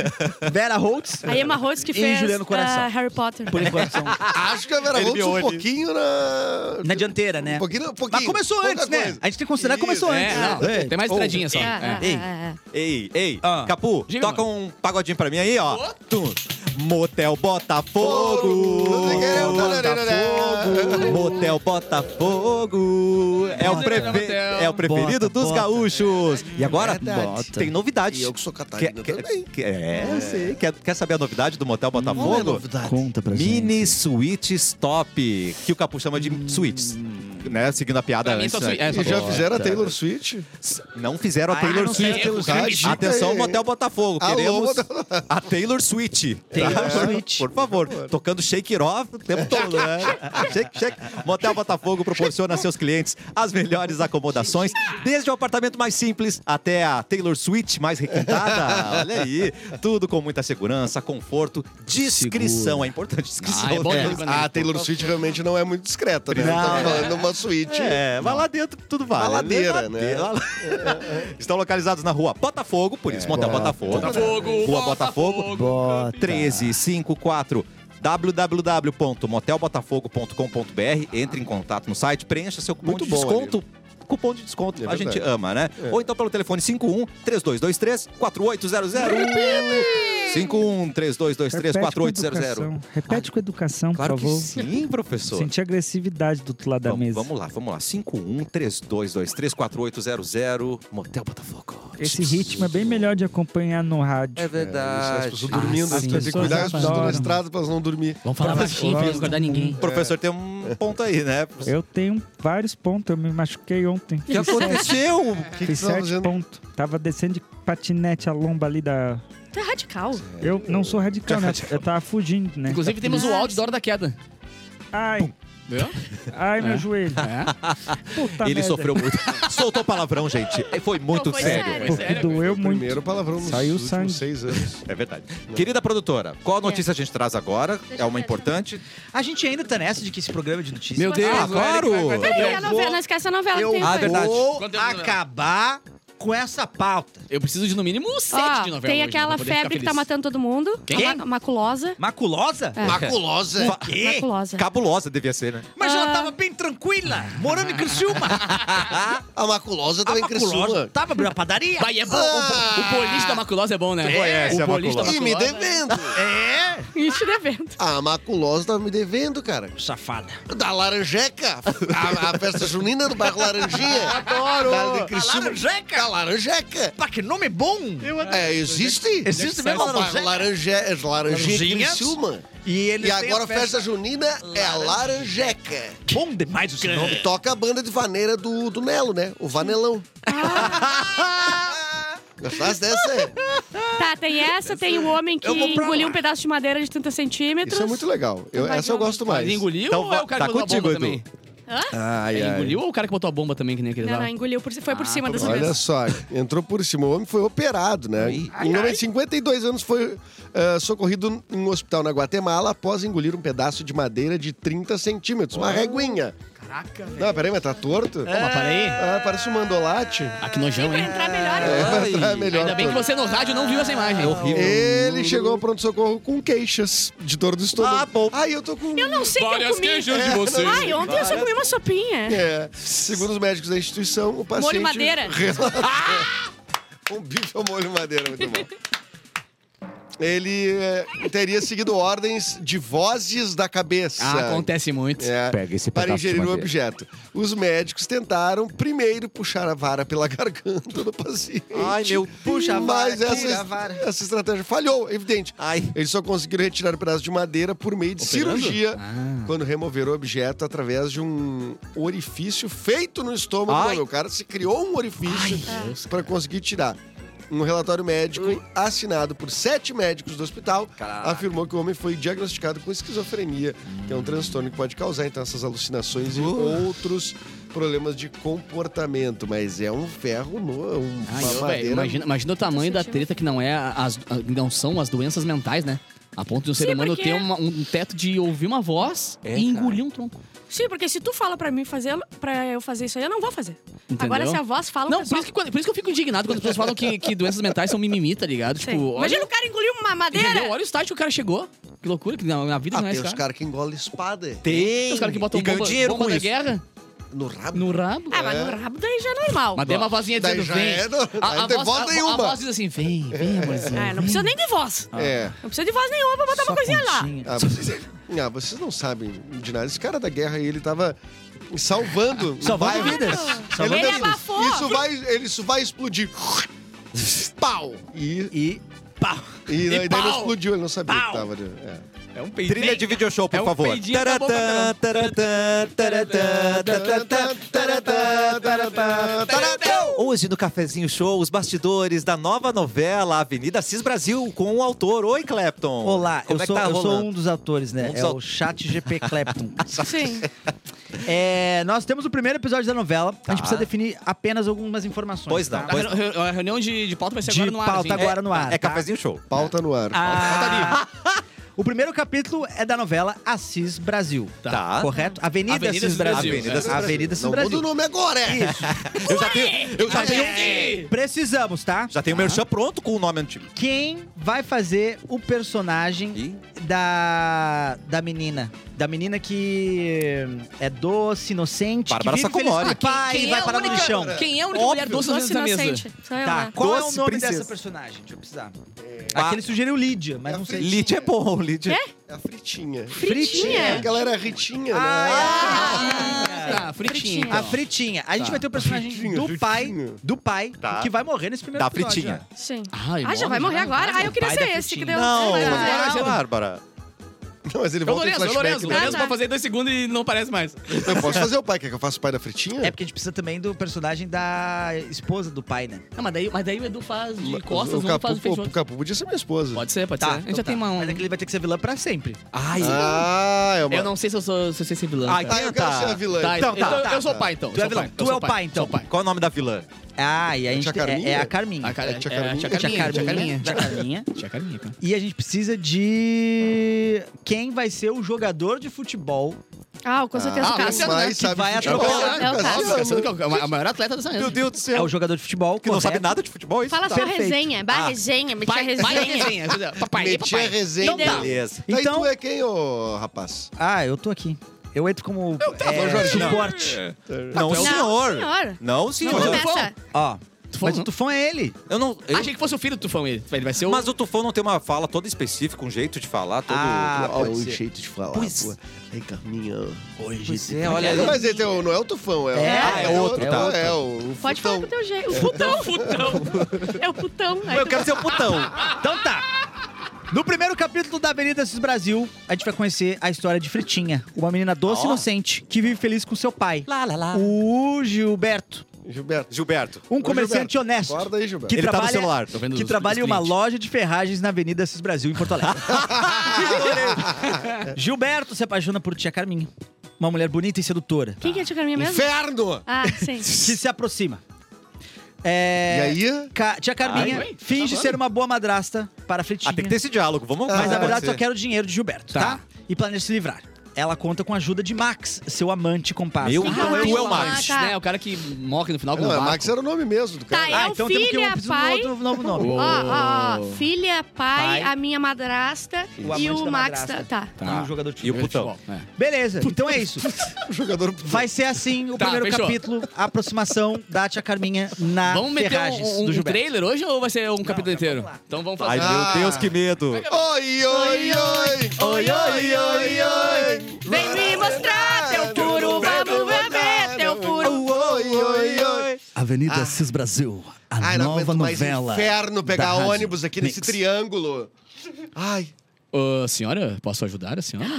S7: Vera Holtz.
S2: A Emma Rose que
S7: E
S2: fez
S7: Juliano Coração.
S2: ah, Harry Potter.
S7: Por enquanto são
S3: Acho que a Vera
S1: Ele
S3: Holtz
S1: me
S3: um
S1: olha.
S3: pouquinho na...
S7: na dianteira, né?
S3: Um pouquinho, um pouquinho.
S7: Mas começou
S3: pouca
S7: antes, né?
S3: coisa.
S7: A gente tem que considerar que começou
S4: É,
S7: antes.
S4: não.
S7: né?
S4: Tem mais
S1: Ou-
S4: estradinha só.
S2: É,
S4: É.
S2: é,
S7: Ei.
S2: é, é.
S1: Ei, ei,
S7: Ah.
S1: Capu,
S4: Diga,
S1: toca um pagodinho pra mim aí, ó. Tum. Motel Botafogo!
S3: Motel
S1: Botafogo! Motel Botafogo! É o, prefe- é o preferido
S7: Bota,
S1: dos
S7: bota.
S1: gaúchos! E agora
S7: Verdade.
S1: tem novidade.
S3: E eu que sou
S1: Quer,
S3: catarina
S1: quer,
S3: também.
S1: quer- é, eu sei. Quer, quer saber a novidade do Motel
S7: Olha a
S1: Botafogo?
S7: novidade. Conta pra
S1: Mini
S7: gente.
S1: Suites Top, que o Capu chama de suites. Né? Seguindo a piada
S4: Pra mim,
S1: antes.
S4: só suí-
S1: né?
S4: é, só
S3: E já
S4: suí-
S3: fizeram a Taylor Swift?
S1: S- Não fizeram a
S7: Ah,
S1: Taylor
S7: não sei,
S1: Swift. Tá?
S7: Taylor
S3: Swift.
S1: Atenção,
S3: Ei.
S1: Motel Botafogo.
S3: Alô,
S1: Queremos
S3: Motel-
S1: a Taylor Swift. tá?
S7: Taylor Swift.
S1: Por favor. Tocando Shake It Off o tempo todo, né? shake, shake. Motel Botafogo proporciona a seus clientes as melhores acomodações, desde o apartamento mais simples até a Taylor Swift mais requintada. Olha aí. Tudo com muita segurança, conforto, discrição. É importante discrição.
S4: Ah, é bom,
S1: né?
S4: né?
S3: A Taylor Swift realmente não é muito discreta, né?
S7: Não.
S3: Tá falando uma suíte.
S1: É, vai lá dentro, tudo vale.
S3: Na ladeira,
S1: Na
S3: né?
S1: ladeira. Estão localizados na rua Botafogo, por
S3: É.
S1: isso, Motel Botafogo.
S4: Botafogo,
S1: Rua Botafogo,
S7: Bota.
S1: 1354 www.motelbotafogo.com.br Entre em contato no site, preencha seu cupom
S3: Muito
S1: de
S3: bom,
S1: desconto. Cupom de desconto,
S3: É
S1: a gente
S3: verdade.
S1: ama, né? Ou então pelo telefone 51 3223 4800. 51 3223
S6: Repete com
S1: 4800.
S6: educação. Repete com educação,
S1: Claro
S6: por
S1: que
S6: favor.
S1: sim, professor.
S6: Senti agressividade do outro lado da
S1: Vamos, um,
S6: mesa.
S1: vamos lá, vamos lá. 51 3223 4800 Motel Botafogo.
S6: Esse ritmo é bem melhor de acompanhar no rádio.
S9: É
S3: Isso, as
S9: verdade.
S3: pessoas dormindo,
S9: né?
S6: Ah, sim.
S3: tem que cuidar, as pessoas estão na
S6: Adoram.
S3: estrada pra elas não dormir.
S4: Vamos falar baixinho pra não acordar ninguém.
S1: O professor tem
S3: É.
S1: um ponto aí, né?
S6: Eu tenho vários pontos, eu me machuquei ontem.
S1: O que aconteceu?
S3: O que, que
S6: Fiz
S3: você tá
S6: sete
S3: fazendo?
S6: pontos. Tava descendo de patinete a lomba ali da.
S2: Tu é radical.
S6: Eu não sou radical, né? Eu tava fugindo, né?
S4: Inclusive, temos o áudio da hora da queda.
S6: Ai,
S4: Viu?
S6: ai, meu joelho.
S4: É.
S6: Puta
S1: Ele
S6: merda.
S1: sofreu muito. Soltou palavrão, gente. Foi muito
S2: Não, foi
S1: sério.
S4: É
S2: sério.
S6: Porque doeu muito.
S3: Primeiro palavrão nos
S6: Saiu
S3: últimos
S6: sangue.
S3: seis anos.
S1: É verdade. Querida produtora,
S6: É.
S1: qual notícia a gente traz agora?
S2: Deixa
S1: É uma
S2: eu ver.
S1: importante?
S7: A gente ainda tá nessa de que esse programa é de notícias.
S4: Meu Deus,
S1: Ah, claro!
S2: Peraí, a
S4: Eu vou-
S2: novela, não esquece a novela.
S7: eu
S2: que tem
S1: Ah,
S2: depois.
S1: verdade.
S7: vou
S4: Quanto tempo dura?
S7: acabar com essa pauta.
S4: Eu preciso de no mínimo uns sete
S2: Ó,
S4: de novela.
S2: tem
S4: hoje, né,
S2: aquela
S4: pra poder ficar
S2: febre que tá
S4: feliz.
S2: matando todo mundo.
S4: Quem?
S2: A ma- maculosa.
S7: Maculosa?
S3: É.
S9: Maculosa.
S1: Fa-
S7: Quê?
S2: Maculosa.
S1: Cabulosa devia ser, né?
S7: Mas ela
S2: Ah.
S7: tava bem tranquila, morando em Criciúma.
S9: A maculosa
S7: a
S9: também
S7: maculosa
S9: cresceu.
S7: tava abrindo a padaria.
S4: Bah, e é bom, o, o boliche da maculosa é bom, né?
S1: Conhece
S4: o
S1: a
S4: boliche da
S1: maculosa.
S9: E me
S4: maculosa.
S9: devendo.
S7: É,
S2: Isso devendo.
S9: A maculosa tava me devendo, cara.
S7: safada.
S9: Da Laranjeca. A, a festa junina do bairro Laranjinha. Adoro. Da, de Criciúma. Da
S7: Laranjeca?
S9: Laranjeca.
S7: Pá, que nome bom!
S9: É, existe.
S7: Existe mesmo a
S9: Laranjeca. Laranje, Laranjinha em
S7: Laranjinhas.
S9: Criciúma.
S7: E ele
S9: E agora a festa junina é a Laranjeca.
S7: Bom demais esse nome.
S9: Toca a banda de vaneira do, do Nelo, né? O Vanelão. Gostasse dessa? é.
S2: Tá, tem essa, tem o homem que
S7: Eu vou pra
S2: engoliu
S7: lá.
S2: um pedaço de madeira de 30 centímetros.
S3: Isso é muito legal. Eu-
S2: Então vai
S3: essa eu
S2: de
S3: gosto
S4: Mas
S3: mais.
S4: Ele engoliu ou
S1: Então
S4: é o cara
S1: tá
S4: que botou
S1: contigo,
S4: a bomba
S1: Edu.
S4: também?
S3: Ai,
S6: É
S4: Ele
S3: ai.
S4: engoliu ou o cara que botou a bomba também, que nem aquele
S2: Não, não,
S4: lá?
S2: engoliu, por, foi por
S4: Ah,
S2: cima
S4: foi
S2: dessa
S4: bom.
S3: tá Olha
S2: vez.
S3: só, entrou por cima. O homem foi operado, né? um homem de 52 anos foi eh, socorrido em um hospital na Guatemala após engolir um pedaço de madeira de 30 centímetros. Uma reguinha. Caraca, Não, peraí, mas tá torto?
S4: Pô, mas peraí.
S3: Ah, parece um mandolate.
S4: Ah, que nojão,
S2: Pra
S4: hein?
S2: entrar melhor,
S3: É,
S1: Ai.
S3: tá melhor
S4: Ainda bem que
S3: torto.
S4: você no rádio não viu essa imagem. É horrível.
S3: Ele chegou ao pronto-socorro com queixas de dor do estômago.
S1: Ah, bom.
S3: Ai, eu tô com...
S2: eu não sei o que eu comi.
S4: de vocês.
S2: Ai, ontem eu só comi uma sopinha.
S3: É, segundo os médicos da instituição, o paciente...
S2: madeira.
S3: relatou- um bife ao molho madeira, muito bom. Ele eh, teria seguido ordens de vozes da cabeça.
S4: Ah, acontece muito.
S3: É,
S1: Pega esse
S3: para
S1: pedaço de
S3: ingerir o
S1: madeira.
S3: objeto. Os médicos tentaram primeiro puxar a vara pela garganta do paciente.
S1: Ai, meu
S9: Puxa a vara,
S3: Mas essa,
S9: tira a vara.
S3: essa estratégia falhou, evidente.
S1: Ai.
S3: Eles só conseguiram retirar o pedaço de madeira por meio de
S4: Operando?
S3: cirurgia
S4: Ah.
S3: quando removeram o objeto através de um orifício feito no estômago.
S1: Ai.
S3: do homem. O cara se criou um orifício para conseguir tirar. Um relatório médico assinado por sete médicos do hospital afirmou que o homem foi diagnosticado com esquizofrenia, que é um transtorno que pode causar então essas alucinações e
S4: Uh.
S3: outros problemas de comportamento. Mas é um ferro no, um,
S4: Ai,
S3: uma
S4: ô, velho,
S3: madeira.
S4: imagina, imagina o tamanho da treta que não é as, a- não são as doenças mentais, né? A ponto de um ser
S2: Sim,
S4: humano
S2: porque-
S4: ter uma- um teto de ouvir uma voz e engolir um tronco.
S2: Sim, porque se tu fala pra mim fazer, pra eu fazer isso aí, eu não vou fazer.
S4: Entendeu?
S2: Agora, se a voz fala,
S4: Não,
S2: o
S4: por
S2: pessoal...
S4: isso, que, quando- por isso que eu fico indignado quando as pessoas falam que, que doenças mentais são mimimi, tá ligado?
S2: Sim.
S4: Tipo, olha,
S2: Imagina o cara engolir uma
S4: entendeu?
S2: madeira.
S4: olha o estágio que o cara chegou. Que loucura, que na, na vida
S9: Ah,
S4: não é
S9: tem
S4: esse
S9: os
S4: cara.
S9: caras que engolem espada
S1: Tem.
S4: Tem os caras que botam
S1: e ganham
S4: bomba,
S1: dinheiro
S4: bomba
S1: com
S4: da
S1: isso.
S4: guerra
S9: no rabo.
S4: no rabo.
S2: Ah, mas no rabo daí já é normal.
S4: Mas tem uma vozinha
S3: Daí
S4: dizendo,
S3: já
S4: vem.
S3: é, não- aí não tem voz
S4: a,
S3: nenhuma.
S4: voz diz assim, vem, vem, amorzinho.
S2: Ah, não
S4: vem.
S2: precisa nem de voz.
S4: Ah.
S3: É.
S2: Não precisa de voz nenhuma pra botar
S7: Só
S2: uma coisinha lá.
S7: pontinha.
S3: Ah, vocês, ah, vocês não sabem de nada. Esse cara da guerra, ele tava salvando.
S7: Salvando
S3: vai-
S7: vidas.
S2: Ele
S7: Salvando vidas.
S2: abafou.
S3: Isso vai, ele, isso vai explodir. Pau! E,
S7: E pá.
S3: e, daí
S4: pau!
S3: não explodiu, ele não sabia
S4: Pau!
S3: que tava. de- é.
S4: É um peidinho.
S1: Trilha de video show, por
S4: É um
S1: favor.
S4: peidinho, acabou,
S1: Taratã, taratã, taratã, taratã, taratã, taratã, taratã. Hoje no Cafezinho Show, os bastidores da nova novela Avenida Cis Brasil com o autor. Oi, Clapton.
S7: Olá,
S1: Como
S7: eu,
S1: é que
S7: sou,
S1: tá
S7: eu sou
S1: rolando?
S7: um dos autores, né?
S1: Um dos
S7: é o
S1: aut-
S7: Chat GP Clapton.
S2: Sim.
S7: É, nós temos o primeiro episódio da novela. A gente precisa definir apenas algumas informações.
S1: Pois não,
S7: tá?
S4: A reu- reu- A reunião de, de pauta vai ser
S7: De
S4: agora no ar.
S7: pauta
S4: assim.
S7: agora no ar.
S1: É
S7: tá?
S1: Cafezinho Show.
S3: Pauta no ar.
S7: Ah, o primeiro capítulo é da novela Assis Brasil.
S4: Tá.
S1: Tá.
S7: Correto? Avenida,
S4: Avenida
S7: Assis
S4: Assis
S7: Brasil.
S4: Brasil,
S1: Avenida Assis
S7: Avenida Assis
S9: Não muda o
S7: Brasil.
S9: nome agora. É.
S7: Isso.
S1: Eu já tenho, eu já tenho, um,
S7: Precisamos, tá?
S1: já tenho o merchan pronto com o nome antigo.
S7: Quem vai fazer o personagem
S1: Ih,
S7: da, da menina? Da menina que é doce, inocente,
S1: Bárbara
S7: que vive feliz
S1: Sacomori.
S7: com o pai
S2: é
S7: e vai
S4: é a
S7: parar no
S4: única-
S7: lixão.
S4: Quem é a única mulher doce
S2: Doce
S4: doce na mesa?
S2: inocente. Só eu né?
S7: Tá,
S2: lá.
S7: qual é o
S1: Doce
S7: nome
S1: princesa.
S7: dessa personagem? Deixa eu precisar. Aquele sugeriu Lídia, mas não sei.
S1: Lid é bom, Lídia?
S3: É a fritinha.
S2: Fritinha.
S3: Aquela era a é Ritinha, né?
S4: Tá, fritinha.
S2: Fritinha.
S4: então.
S7: Ah, é. A Fritinha. A gente
S4: Tá.
S7: vai ter o personagem
S3: Fritinha,
S7: do
S3: Fritinha.
S7: pai, do pai,
S9: Tá.
S7: que vai morrer nesse primeiro
S1: Da
S7: episódio. né?
S1: Fritinha.
S2: Sim.
S4: Ai, tá.
S2: Ah, já vai
S4: morre,
S2: morrer agora? Ah, eu queria
S7: Pai
S2: ser
S7: da
S2: esse, que
S7: Fritinha.
S2: deu.
S9: Não,
S2: É, vai morrer.
S9: não, Bárbara.
S3: né? Não, mas
S4: É
S3: ele
S4: o
S3: volta em
S4: Lourenço, é o
S3: flashback.
S4: Lourenço. O
S3: né?
S4: Lourenço
S2: Ah, tá.
S4: vai fazer dois segundos e não aparece mais.
S3: Eu posso fazer o pai, quer que eu faça o pai da fritinha?
S7: É porque a gente precisa também do personagem da esposa do pai, né?
S4: Não, mas daí, mas daí o Edu faz de costas,
S3: o
S4: um faz o
S3: Capu,
S4: feijão.
S3: o Capu podia ser minha esposa.
S4: Pode ser, pode ser. A gente
S7: então
S4: já tem uma...
S7: Mas é que ele vai ter que ser vilão pra sempre.
S4: Ai,
S3: Ah, é uma...
S4: eu não sei se eu sou, se eu sei ser vilã.
S1: Ai,
S4: cara.
S3: Ah, eu quero
S1: Tá.
S3: ser a vilã.
S4: Tá,
S1: Então,
S4: então,
S1: tá,
S4: eu sou o pai, então.
S7: Tu é
S4: Sou
S7: vilão.
S4: pai,
S7: Tu
S4: sou
S7: é o pai, então.
S4: Sou pai.
S1: Qual é o nome da vilã?
S7: Ah, e a gente...
S3: Tia Carminha?
S7: É, é a Carminha.
S4: A cara-
S3: Tia
S4: é,
S3: Carminha.
S4: Tia
S7: Tia
S4: Carminha. Tia Carminha.
S7: Carminha. Tia Carminha.
S4: Tia Carminha, cara.
S7: E a gente precisa de... Quem vai ser o jogador de futebol
S2: Ah, com certeza
S4: Ah,
S2: o Cássio.
S4: Cassiano, né,
S3: Mas
S4: que
S3: sabe
S7: vai
S3: futebol,
S2: atuar.
S3: né,
S2: É o
S3: Cassiano?
S2: Cássio.
S4: Cassiano, que é o ma- o maior atleta dessa
S1: Meu
S4: mesa.
S1: Deus do
S7: é
S1: céu.
S7: o jogador de futebol,
S1: que não sabe
S7: correto?
S1: nada de futebol, é isso?
S2: Fala só
S7: Perfeito.
S2: resenha. Bah,
S1: Ah.
S2: resenha. Me
S4: Pai,
S2: resenha.
S4: pai da resenha. Papai,
S3: Meti a
S4: papai.
S3: resenha.
S2: Então tá.
S1: Beleza.
S3: Tá, e
S7: Então-
S3: é tu é quem, ô rapaz?
S7: Ah, eu tô aqui. Eu entro como é, suporte.
S1: Não,
S2: Não,
S1: senhor.
S2: senhor.
S1: Não,
S2: Não
S1: senhor.
S2: começa.
S7: Ó,
S4: Tufão,
S7: mas
S4: não?
S7: o Tufão é ele.
S1: Eu não. eu-
S4: Achei que fosse o filho do Tufão ele. Ele vai ser o...
S1: Mas o Tufão não tem uma fala toda específica, um jeito de falar, todo.
S7: Ah,
S3: Ó,
S7: pode
S3: o
S7: ser.
S3: jeito de falar,
S1: Pois-
S3: pô. Aí, Carminha.
S1: Pois é, olha aí.
S3: Mas ele tem o- não é o Tufão, é, o-
S7: É?
S1: Ah, é outro,
S3: é
S1: tá.
S3: o- É o, o
S2: Pode falar
S3: Futão.
S2: com o teu jeito. O putão. É o putão. Aí
S1: Eu
S2: tu
S1: quero ser o putão.
S7: Então tá. No primeiro capítulo da Avenida do Brasil, a gente vai conhecer a história de Fritinha, uma menina doce e
S1: Ó.
S7: inocente que vive feliz com seu pai,
S1: Lá, lá, lá.
S7: o Gilberto,
S3: Gilberto.
S1: Gilberto.
S7: um
S3: Ô,
S7: comerciante
S3: Gilberto,
S7: honesto
S3: Guarda aí, Gilberto.
S7: que
S1: Ele tá no
S7: trabalha
S1: celular.
S4: Tô vendo
S7: que
S4: os-
S7: trabalha em
S4: os
S7: uma
S4: clientes.
S7: loja de ferragens na Avenida Cis Brasil, em Porto Alegre. Gilberto se apaixona por tia Carminha, uma mulher bonita e sedutora,
S2: Quem que é a tia Carminha mesmo?
S3: Inferno!
S2: Ah, sim.
S7: que se aproxima. É...
S3: E aí?
S7: Ca- Tia Carminha
S4: Ai, ué,
S7: finge
S4: tá
S7: ser uma boa madrasta para Fritinha.
S1: Ah, tem que ter esse diálogo. Vamos
S7: Mas na
S1: vamos
S7: verdade só
S1: acontecer.
S7: quero o dinheiro de Gilberto, tá? E planeja se livrar. Ela conta com a ajuda de Max, seu amante compasso.
S1: Meu
S2: Quem que
S1: Ah,
S2: o
S1: tu é o
S2: Max?
S1: Max,
S2: Ah, tá.
S4: né? O cara que morre no final com
S3: Não, é
S4: um
S3: Max
S4: vácuo.
S3: era o nome mesmo do cara.
S2: Tá,
S7: Ah,
S2: é o
S7: então
S2: filha,
S7: temos que eu preciso de um
S2: pai.
S7: outro novo nome.
S2: Ó, ó, ó. Filha, pai,
S7: Pai.
S2: a minha madrasta
S7: O
S2: e
S7: amante
S2: o
S7: da
S2: Max.
S7: madrasta.
S2: da- Tá.
S7: E um jogador
S1: E
S7: de
S1: o putão.
S4: É.
S7: Beleza, então é isso.
S3: O jogador.
S7: Vai ser assim o
S4: Tá,
S7: primeiro
S4: fechou.
S7: capítulo, a aproximação da Tia Carminha na
S4: Vamos meter
S7: Ferragens
S4: um, um-
S7: do
S4: um
S7: Gilberto.
S4: trailer hoje ou vai ser um capítulo inteiro? Então vamos
S1: Ai,
S4: fazer.
S7: Ah.
S1: meu Deus, que medo.
S3: Oi, oi, oi!
S1: Tá. Oi, oi, oi, oi.
S2: Vem me mostrar teu furo, vamos ver, ver teu furo.
S3: Oi, oi, oi!
S4: Ah.
S7: Avenida Cis Brasil, a
S3: Ai, não aguento mais inferno pegar ônibus aqui nesse triângulo. Ai,
S4: Ô, senhora, posso ajudar a senhora?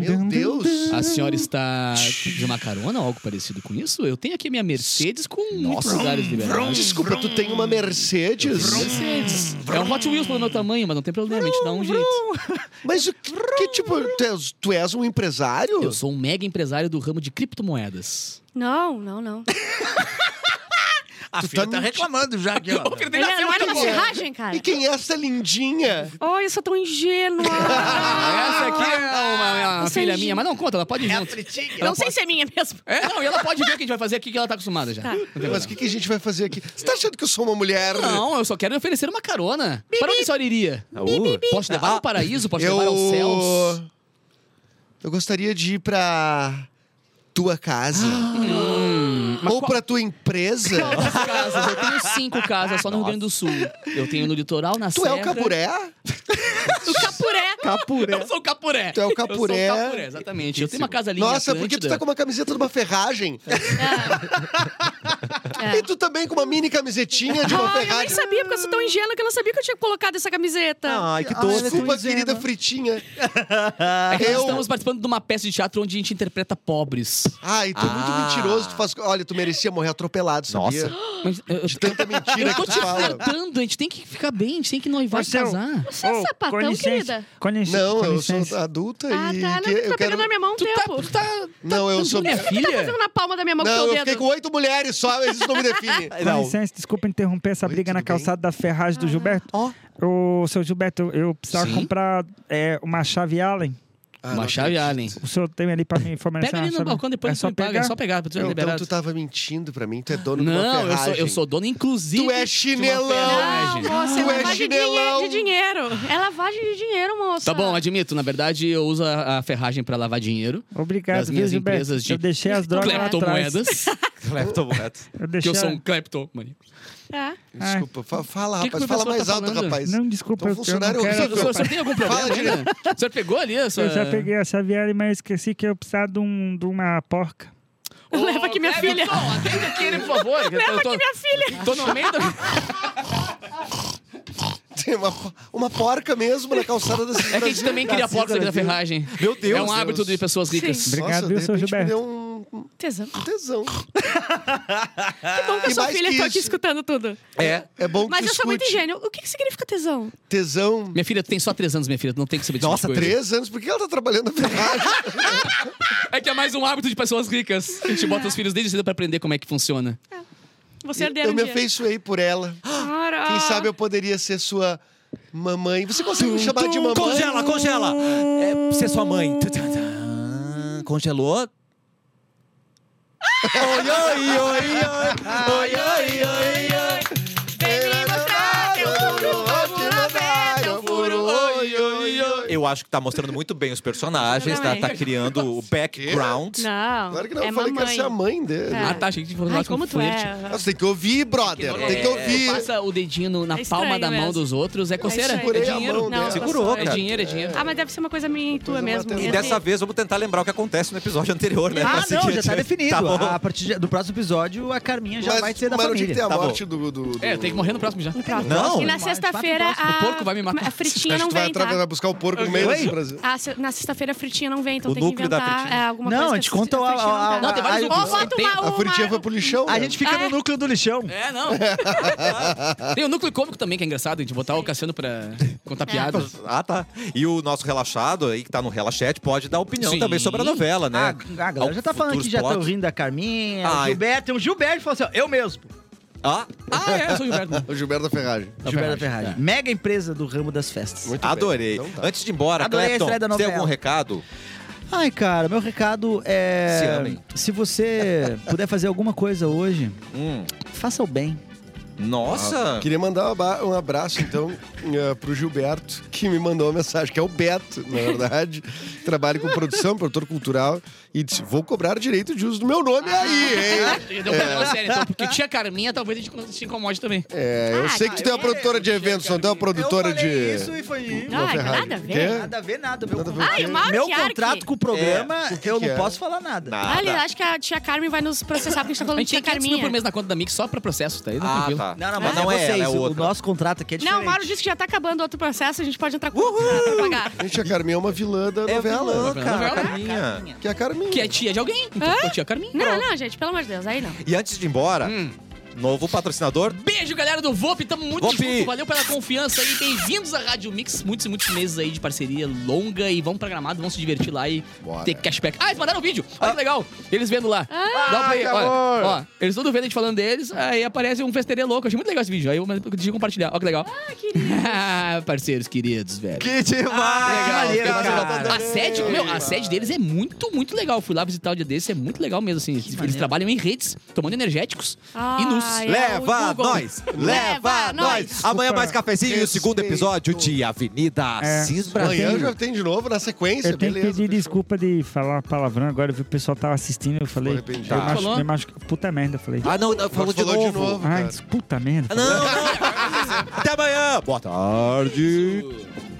S3: meu Deus.
S4: A senhora está de uma carona ou algo parecido com isso? Eu tenho aqui a minha Mercedes com muitos lugares liberados.
S3: Desculpa, tu tem uma Mercedes?
S4: Mercedes. É um Hot Wheels pelo meu tamanho, mas não tem problema, a gente dá um jeito.
S3: Mas o que, que tipo, tu és, tu és um empresário?
S4: Eu sou um mega empresário do ramo de criptomoedas.
S2: Não, não, não.
S7: A filha tá reclamando já aqui, ó.
S2: Ele é não era uma serragem, cara.
S3: E quem é essa lindinha?
S2: Oh, eu sou tão ingênua.
S4: Essa aqui é uma, uma
S2: Essa
S4: filha
S2: é
S4: minha, mas não conta, ela pode vir.
S7: fritinha.
S4: Ela
S2: Não sei
S4: pode-
S2: se é minha mesmo.
S4: É, não, e ela pode ver o que a gente vai fazer aqui, que ela tá acostumada já.
S2: Tá.
S4: Não tem problema.
S3: Mas o que, que a gente vai fazer aqui? Você tá achando que eu sou uma mulher?
S4: Não, eu só quero lhe oferecer uma carona. Para onde a senhora iria?
S1: Ah, uh.
S4: Posso te levar ao paraíso? Posso te
S3: Eu...
S4: levar aos céus?
S3: Eu gostaria de ir pra tua casa.
S4: Hum.
S3: Ou pra tua empresa.
S4: Quantas casas? Eu tenho cinco casas só no Rio Grande do Sul. Eu tenho no litoral, na
S3: Tu é
S4: serra.
S3: o caburé?
S2: O capuré.
S3: Capuré.
S4: Eu sou o capuré.
S3: Tu é o capuré.
S4: Eu sou o capuré, exatamente. Eu tenho uma casa ali
S3: Nossa,
S4: em
S3: porque tu
S4: Atlântida.
S3: tá com uma camiseta de uma ferragem.
S2: É.
S3: E tu também com uma mini camisetinha de uma
S2: Ah, eu nem
S3: ferragem.
S2: sabia, porque eu sou tão ingênua que eu não sabia que eu tinha colocado essa camiseta. Ah,
S1: Ai, que doce.
S3: Desculpa, querida fritinha.
S4: É que nós
S3: Eu-
S4: estamos participando de uma peça de teatro onde a gente interpreta pobres.
S3: Ai, tu é muito
S1: Ah.
S3: mentiroso. Tu faz... Olha, tu merecia morrer atropelado, sabia? Nossa.
S4: Mas eu, eu-
S3: De tanta
S4: eu
S3: mentira que
S4: tô
S3: tu
S4: te
S3: fala.
S4: alertando, a gente tem que ficar bem, a gente tem que noivar e
S6: Marcelo.
S4: casar.
S2: Você é sapatão, querida?
S6: Com licença.
S3: Não,
S6: com
S3: eu
S6: licença.
S3: sou adulta
S2: Ah,
S3: e...
S2: tá. Não,
S3: que-
S2: tu
S3: eu
S2: tá pegando
S3: quero...
S2: na minha mão um
S4: Tu tá,
S2: tempo.
S4: tu tá...
S3: Não, eu sou...
S4: Minha
S2: tá
S4: filha?
S2: Fazendo na palma da minha mão
S3: é. Não,
S2: com
S3: eu
S2: teu
S3: fiquei com
S2: dedo.
S3: oito mulheres só, isso não me define.
S6: Com licença, desculpa interromper essa
S3: Oi,
S6: briga na
S3: tudo bem?
S6: calçada da ferragem do Gilberto. Ô, seu Gilberto, eu precisava
S4: Sim?
S6: comprar é, uma chave Allen.
S3: Ah,
S4: uma
S3: não
S4: chave
S3: acredito.
S4: Allen.
S6: O senhor tem ali pra me informar
S4: Pega ali no
S6: sobre-
S4: balcão, depois
S6: é só
S4: me paga, é
S6: pegar.
S4: só pegar, pra tu ser
S3: Não, então
S4: liberado.
S3: tu tava mentindo pra mim, tu é dono de uma
S4: Não, eu sou,
S3: ferragem.
S4: eu sou dono, inclusive.
S3: Tu é
S4: de uma
S3: chinelão!
S6: Ah,
S4: ferragem.
S2: Não, moça, é
S3: Tu é
S2: lavagem de,
S3: chinelão.
S2: dinhe- de dinheiro. É lavagem de dinheiro, moça.
S4: Tá bom, admito. Na verdade, eu uso a, a ferragem pra lavar dinheiro.
S6: Obrigado,
S4: das
S6: viu,
S4: minhas
S6: Gilberto?
S4: empresas de
S6: Eu deixei as drogas lá atrás.
S4: cleptomoedas.
S1: é, Leptoboleto.
S6: Eu
S4: que
S6: deixei
S4: eu sou
S6: a-
S4: um cleptomaníaco.
S2: É.
S3: Desculpa, fa- fala,
S4: Que que o
S3: rapaz, fala
S4: professor
S3: mais
S4: tá
S3: alto,
S4: falando?
S3: rapaz.
S6: Não, desculpa,
S3: Então,
S6: eu, eu
S3: funcionário,
S6: não
S4: O
S3: Pera,
S4: senhor,
S6: quero...
S4: o senhor- o senhor tem algum problema
S3: Fala
S4: ainda? O senhor pegou ali a sua...
S6: Eu já peguei a Xavier, mas esqueci que eu precisava de, um, de uma porca.
S4: Ô,
S2: Leva aqui minha filha.
S4: Clepton, Atende aqui ele, por favor. Leva aqui minha filha. Tô no meio do...
S3: Tem uma, po- uma porca mesmo na calçada da cidade.
S4: É que a gente também queria porcos aqui da ferragem.
S3: Meu Deus,
S4: É um hábito
S3: Deus.
S4: de pessoas ricas.
S6: Obrigado,
S3: Nossa,
S6: viu,
S3: de
S6: seu
S3: repente me
S6: Gilberto?
S3: deu um um
S2: Tesão.
S3: tesão.
S2: Que bom que a
S3: E
S2: sua
S3: Ah, mais
S2: filha
S3: que
S2: tá aqui
S3: isso.
S2: escutando tudo.
S3: É, é bom que
S2: Mas
S3: tu
S2: eu sou muito
S3: escute.
S2: ingênio. O que, que significa tesão?
S3: Tesão.
S4: Minha filha, tu tem só três anos, minha filha. Tu não tem que saber tipo disso.
S3: Nossa, três anos? Por que ela tá trabalhando na ferragem?
S4: É que é mais um hábito de pessoas ricas. A gente bota os filhos desde cedo pra aprender como é que funciona.
S2: Você herdeira
S3: eu
S2: um
S3: me
S2: dia.
S3: afeiçoei por ela.
S2: Cara.
S3: Quem sabe eu poderia ser sua mamãe. Você consegue me chamar de mamãe?
S1: Congela, congela! É, você é sua mãe. Tá, tá, tá. Congelou? Oi, oi, oi, oi, oi, oi, oi, oi.
S2: Vem me mostrar teu furo, vamos lá ver teu um furo.
S3: Oi, oi, oi.
S1: Eu acho que tá mostrando muito bem os personagens, tá, tá criando o background.
S2: Não,
S3: Claro que não,
S2: é
S3: eu falei
S2: mamãe.
S3: que essa é a mãe dele.
S2: É.
S4: Ah, tá. Achei que tinha falado
S2: Ai,
S4: com
S2: como tu
S4: flerte. É,
S2: é.
S3: um Nossa, tem que ouvir, brother. Tem que ouvir.
S4: Passa o dedinho no- na
S2: É estranho
S4: palma da mão
S2: mesmo.
S4: dos outros. É coceira. É,
S3: segurei a
S4: dinheiro.
S3: mão né?
S2: Não,
S3: dela.
S2: ela
S1: Segurou,
S2: passou.
S4: É
S1: cara.
S4: dinheiro, é dinheiro.
S2: Ah, mas deve ser uma coisa minha e tua
S3: Coisa
S2: mesmo.
S3: batendo.
S1: E
S2: Esse-
S1: dessa vez vamos tentar lembrar o que acontece no episódio anterior, né?
S7: É assim. Ah,
S1: Pra
S7: não,
S1: seguir
S7: já tá
S1: adiante.
S7: definido.
S1: Tá bom.
S7: a partir de- do próximo episódio, a Carminha já
S3: mas,
S7: vai ser da
S3: mas não tinha que
S7: família.
S3: ter a
S1: Tá bom.
S3: morte do, do, do-
S4: É, tem que morrer no próximo já.
S2: Pronto.
S1: Não.
S2: E na sexta-feira a...
S4: O porco vai me matar.
S2: A fritinha
S3: Acho
S2: não
S3: que tu vai
S2: vem,
S3: atrás
S2: tá?
S3: vai buscar o porco no meio
S7: Oi?
S3: desse Brasil.
S2: Ah, se- na sexta-feira a fritinha não vem, então
S1: O
S2: tem que
S1: núcleo da
S2: inventar
S1: fritinha.
S2: é, alguma
S7: Não,
S2: coisa.
S7: a
S2: que
S7: gente conta
S2: fritinha não
S7: a-
S2: tá.
S7: a-
S4: Não, tem vários
S7: Aí-
S2: Ó,
S4: outros.
S2: bota
S4: Tem-
S2: uma...
S3: A
S2: uma-
S3: frutinha foi pro lixão. né?
S7: A gente fica
S2: É.
S7: no núcleo do lixão.
S4: É, não. Tem o núcleo cômico também, que é engraçado, a gente botar o Cassiano pra contar piadas.
S1: Ah, tá. E o nosso relaxado aí, que tá no Relaxete, pode dar opinião
S4: Sim.
S1: também sobre a novela, né?
S7: Ah, a galera já tá falando que já
S1: Futuros
S7: estão
S1: plot.
S7: rindo da Carminha,
S1: Ah,
S7: o Gilberto. Tem um Gilberto que falou assim, ó, eu mesmo.
S1: Ah,
S4: Ah, é, eu sou o Gilberto.
S3: O Gilberto da Ferragem.
S7: Gilberto da
S4: Ferrari.
S7: Ferrari. Mega empresa do ramo das festas.
S3: Muito bem.
S1: adorei.
S3: Então tá.
S1: Antes de ir embora,
S7: Adorei a
S1: Clepton,
S7: estreia da
S1: tem
S7: novela.
S1: algum recado?
S7: Ai, cara, meu recado é...
S1: Se amem.
S7: Se você puder fazer alguma coisa hoje,
S1: Hum.
S7: faça o bem.
S1: Nossa!
S3: Queria mandar um aba- um abraço, então, eh, pro Gilberto, que me mandou uma mensagem, que é o Beto, na verdade. Trabalha com produção, produtor cultural, e disse: vou cobrar direito de uso do meu nome aí, hein?
S4: Deu
S1: É.
S4: problema sério, então, porque tia Carminha talvez a gente se incomode também.
S3: É, eu
S2: Ah,
S3: sei que tu tem uma produtora de eventos, não tem uma produtora
S7: eu
S3: de.
S7: falei isso e foi...
S2: Não, é
S3: Ferrari.
S2: nada a
S3: Quê?
S2: ver.
S7: Nada a ver, nada. Meu,
S3: Nada a ver.
S7: contrato-
S2: Ai, o Mauro
S7: meu
S2: Chiarchi.
S7: contrato com o programa,
S3: É, o que
S7: eu
S3: que
S7: não
S3: é?
S7: posso falar nada.
S2: Olha,
S1: Tá.
S2: acho que a tia Carmen vai nos processar porque a gente tá
S4: A
S2: falando
S4: gente
S2: tia
S4: tem 500 mil por
S2: Carminha.
S4: mês na conta da Mix só pra processo, tá aí?
S1: Ah,
S4: tranquilo.
S1: tá.
S7: Não, não,
S1: mas
S7: mas
S1: não é, ela é
S7: vocês. O
S1: outra.
S7: nosso contrato aqui é diferente.
S2: Não, o Mauro disse que já tá acabando outro processo, a gente pode entrar com pra pagar.
S3: Gente, a Carminha é uma vilã da
S1: É
S3: novela. né?
S1: vilã, cara,
S4: Novela.
S1: Carminha.
S3: Que é a Carminha.
S4: Que é tia de alguém. Então, ficou tia Carminha.
S2: Não, né? não, gente, pelo amor de Deus, aí não.
S1: E antes de ir embora,
S4: Hum.
S1: novo patrocinador.
S4: Beijo, galera do VOP. Tamo muito
S1: Vop!
S4: junto. Valeu pela confiança aí. Bem-vindos à Rádio Mix. Muitos e muitos meses aí de parceria longa. E vamos pra Gramado, vamos se divertir lá e
S3: Bora.
S4: ter cashback. Ah, eles mandaram um vídeo. Olha que legal. Eles vendo lá.
S2: Ah.
S4: Dá um play. Olha, ó, eles tudo vendo a gente falando deles. Aí aparece um festeirê louco. Achei muito legal esse vídeo. Aí eu mas eu decidi compartilhar. Olha que legal. Ah,
S2: Ah.
S4: queridos. Parceiros queridos, velho.
S1: Que
S4: Ah,
S1: demais!
S7: Ah, maneiro, cara.
S4: A sede, meu, a sede deles é muito, muito legal. Eu Fui lá visitar o dia desse, é muito legal mesmo, assim. Eles
S7: maneiro.
S4: trabalham em redes, tomando energéticos e nus.
S2: Ai, é
S1: Leva
S2: o Google.
S1: nós! Leva
S2: Leva
S1: nós!
S2: nós.
S1: Amanhã mais cafezinho e o segundo
S3: Respeito.
S1: episódio de Avenida
S6: É.
S1: Assis
S3: Amanhã
S1: Brasil.
S3: já tem de novo na sequência,
S6: Eu tenho que
S3: é beleza.
S6: pedir desculpa de falar palavrão agora. Eu vi que o pessoal tava assistindo. Eu falei.
S3: Ficou arrependido.
S6: Eu
S1: Tá.
S6: machu...
S4: Falou?
S6: me machu- Puta merda, eu falei. Ah,
S1: Ah, não, não falou,
S3: Mas
S1: de,
S3: falou
S1: novo.
S3: de novo.
S6: Ai,
S4: Ah,
S3: cara.
S6: puta merda.
S1: Não, não. Até amanhã. Boa tarde.